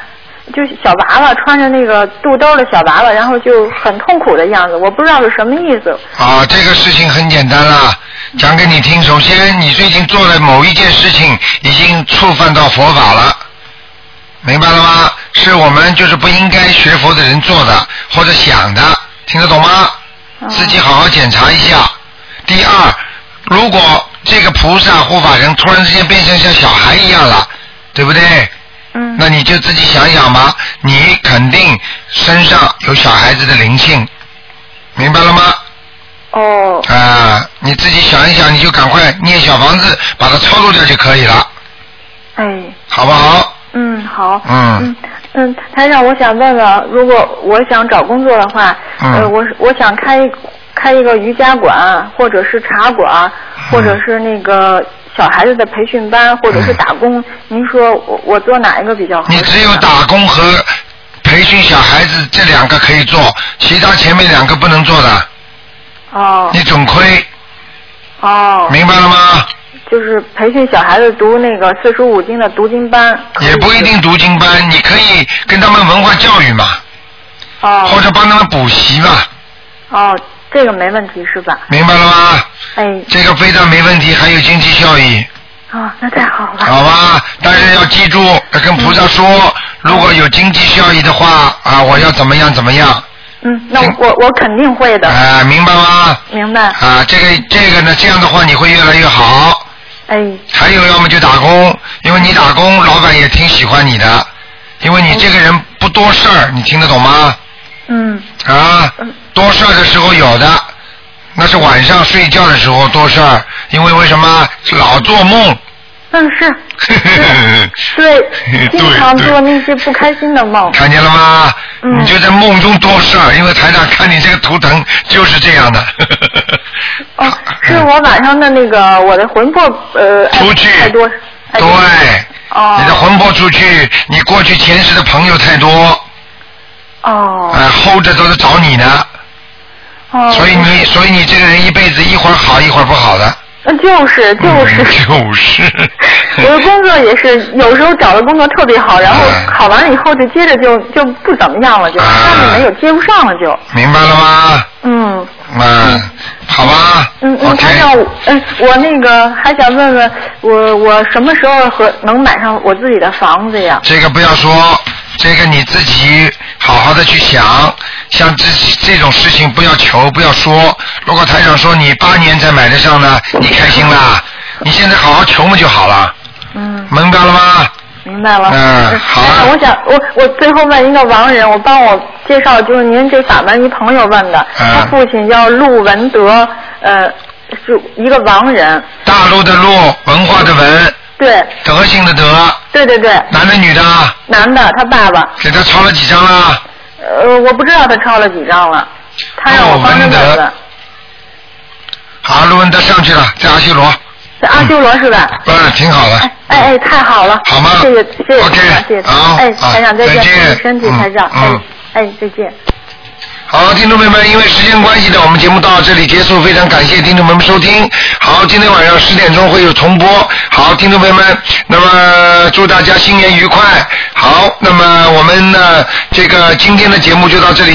B: 就是小娃娃穿着那个肚兜的小娃娃，然后就很痛苦的样子，我不知道是什么意思。
A: 啊，这个事情很简单啦，讲给你听。首先，你最近做了某一件事情，已经触犯到佛法了，明白了吗？是我们就是不应该学佛的人做的或者想的，听得懂吗？自己好好检查一下。第二，如果这个菩萨护法人突然之间变成像小孩一样了，对不对？
B: 嗯。
A: 那你就自己想想吧，你肯定身上有小孩子的灵性，明白了吗？
B: 哦。
A: 啊，你自己想一想，你就赶快念小房子，把它操作掉就可以了，
B: 哎，
A: 好不好？
B: 嗯，好，
A: 嗯
B: 嗯，台长，我想问问，如果我想找工作的话，
A: 嗯
B: 呃，我我想开一开一个瑜伽馆，或者是茶
A: 啊
B: 馆，或者是那个小孩子的培训班，或者是打工。您说我我做哪一个比较好？
A: 嗯你只有打工和培训小孩子这两个可以做，其他前面两个不能做的，
B: 哦
A: 你总亏，
B: 哦，
A: 明白了吗？
B: 就是培训小孩子读那个四书五经的读经班。
A: 也不一定读经班，你可以跟他们文化教育嘛，
B: 哦
A: 或者帮他们补习嘛，
B: 哦，这个没问题是吧？
A: 明白了吗？
B: 哎，
A: 这个非但没问题，还有经济效益。
B: 哦，那太好了。
A: 好吧，但是要记住，要跟菩萨说，
B: 嗯
A: 如果有经济效益的话，啊，我要怎么样怎么样，
B: 嗯，那我我我肯定会的。
A: 啊，明白吗？
B: 明白。
A: 啊，这个这个呢，这样的话你会越来越好。
B: 哎。
A: 还有，要么就打工，因为你打工，老板也挺喜欢你的，因为你这个人不多事儿，你听得懂吗？
B: 嗯。
A: 啊，多事儿的时候有的，那是晚上睡觉的时候多事儿，因为为什么老做梦？
B: 嗯，是。
A: [laughs]
B: 对，经常做那些不开心的梦。
A: 看见了吗？
B: 嗯
A: 你就在梦中多事儿，因为台长看你这个图腾就是这样的。
B: 哦是我晚上的那个我的魂魄呃出去太多。哦
A: 对，你的魂魄出去，你过去前世的朋友太多，
B: 哦
A: 呃，后着都是找你呢，
B: 哦。
A: 所以你，所以你这个人一辈子一会儿好一会儿不好的。嗯
B: 嗯就是就是，
A: 就是。嗯
B: 我的工作也是，有时候找的工作特别好，然后考完了以后就接着就就不怎么样了，
A: 嗯
B: 就上面没有接不上了就。
A: [laughs] 明白了吗？
B: 嗯
A: 嗯，好吧。
B: 嗯嗯，台长，嗯，我那个还想问问，我我什么时候和能买上我自己的房子呀？
A: 这个不要说，这个你自己好好的去想，像这这种事情不要求，不要说。如果台长说你八年才买得上呢，你开心啦？你现在好好求嘛就好了，
B: 嗯，哦
A: 明白了吗？
B: 明白了。
A: 嗯，好
B: 哎我想，我我最后问一个亡人，我帮我介绍，就是您这法门一朋友问的，
A: 嗯
B: 他父亲叫陆文德，呃，是一个亡人。
A: 大陆的陆，文化的文，
B: 对，
A: 德性的德，
B: 对对对，
A: 男的女的，
B: 男的，他爸爸。
A: 给他抄了几张啦？
B: 呃，我不知道他抄了几张了，他让我
A: 哦
B: 帮他问的，
A: 好，陆文德上去了，在阿修罗，
B: 是阿修罗是吧？
A: 嗯，挺好的。
B: 哎哎，太好了，
A: 好吗啊
B: 谢谢谢谢台长，谢谢台长，哎，台长再见，
A: 再见
B: 注意身体，
A: 嗯
B: 台长，哎
A: 嗯
B: 哎，再见。
A: 好，听众朋友们，因为时间关系呢，我们节目到这里结束，非常感谢听众朋友们收听。好，今天晚上十点钟会有重播。好，听众朋友们，那么祝大家新年愉快。好，那么我们呢，这个今天的节目就到这里。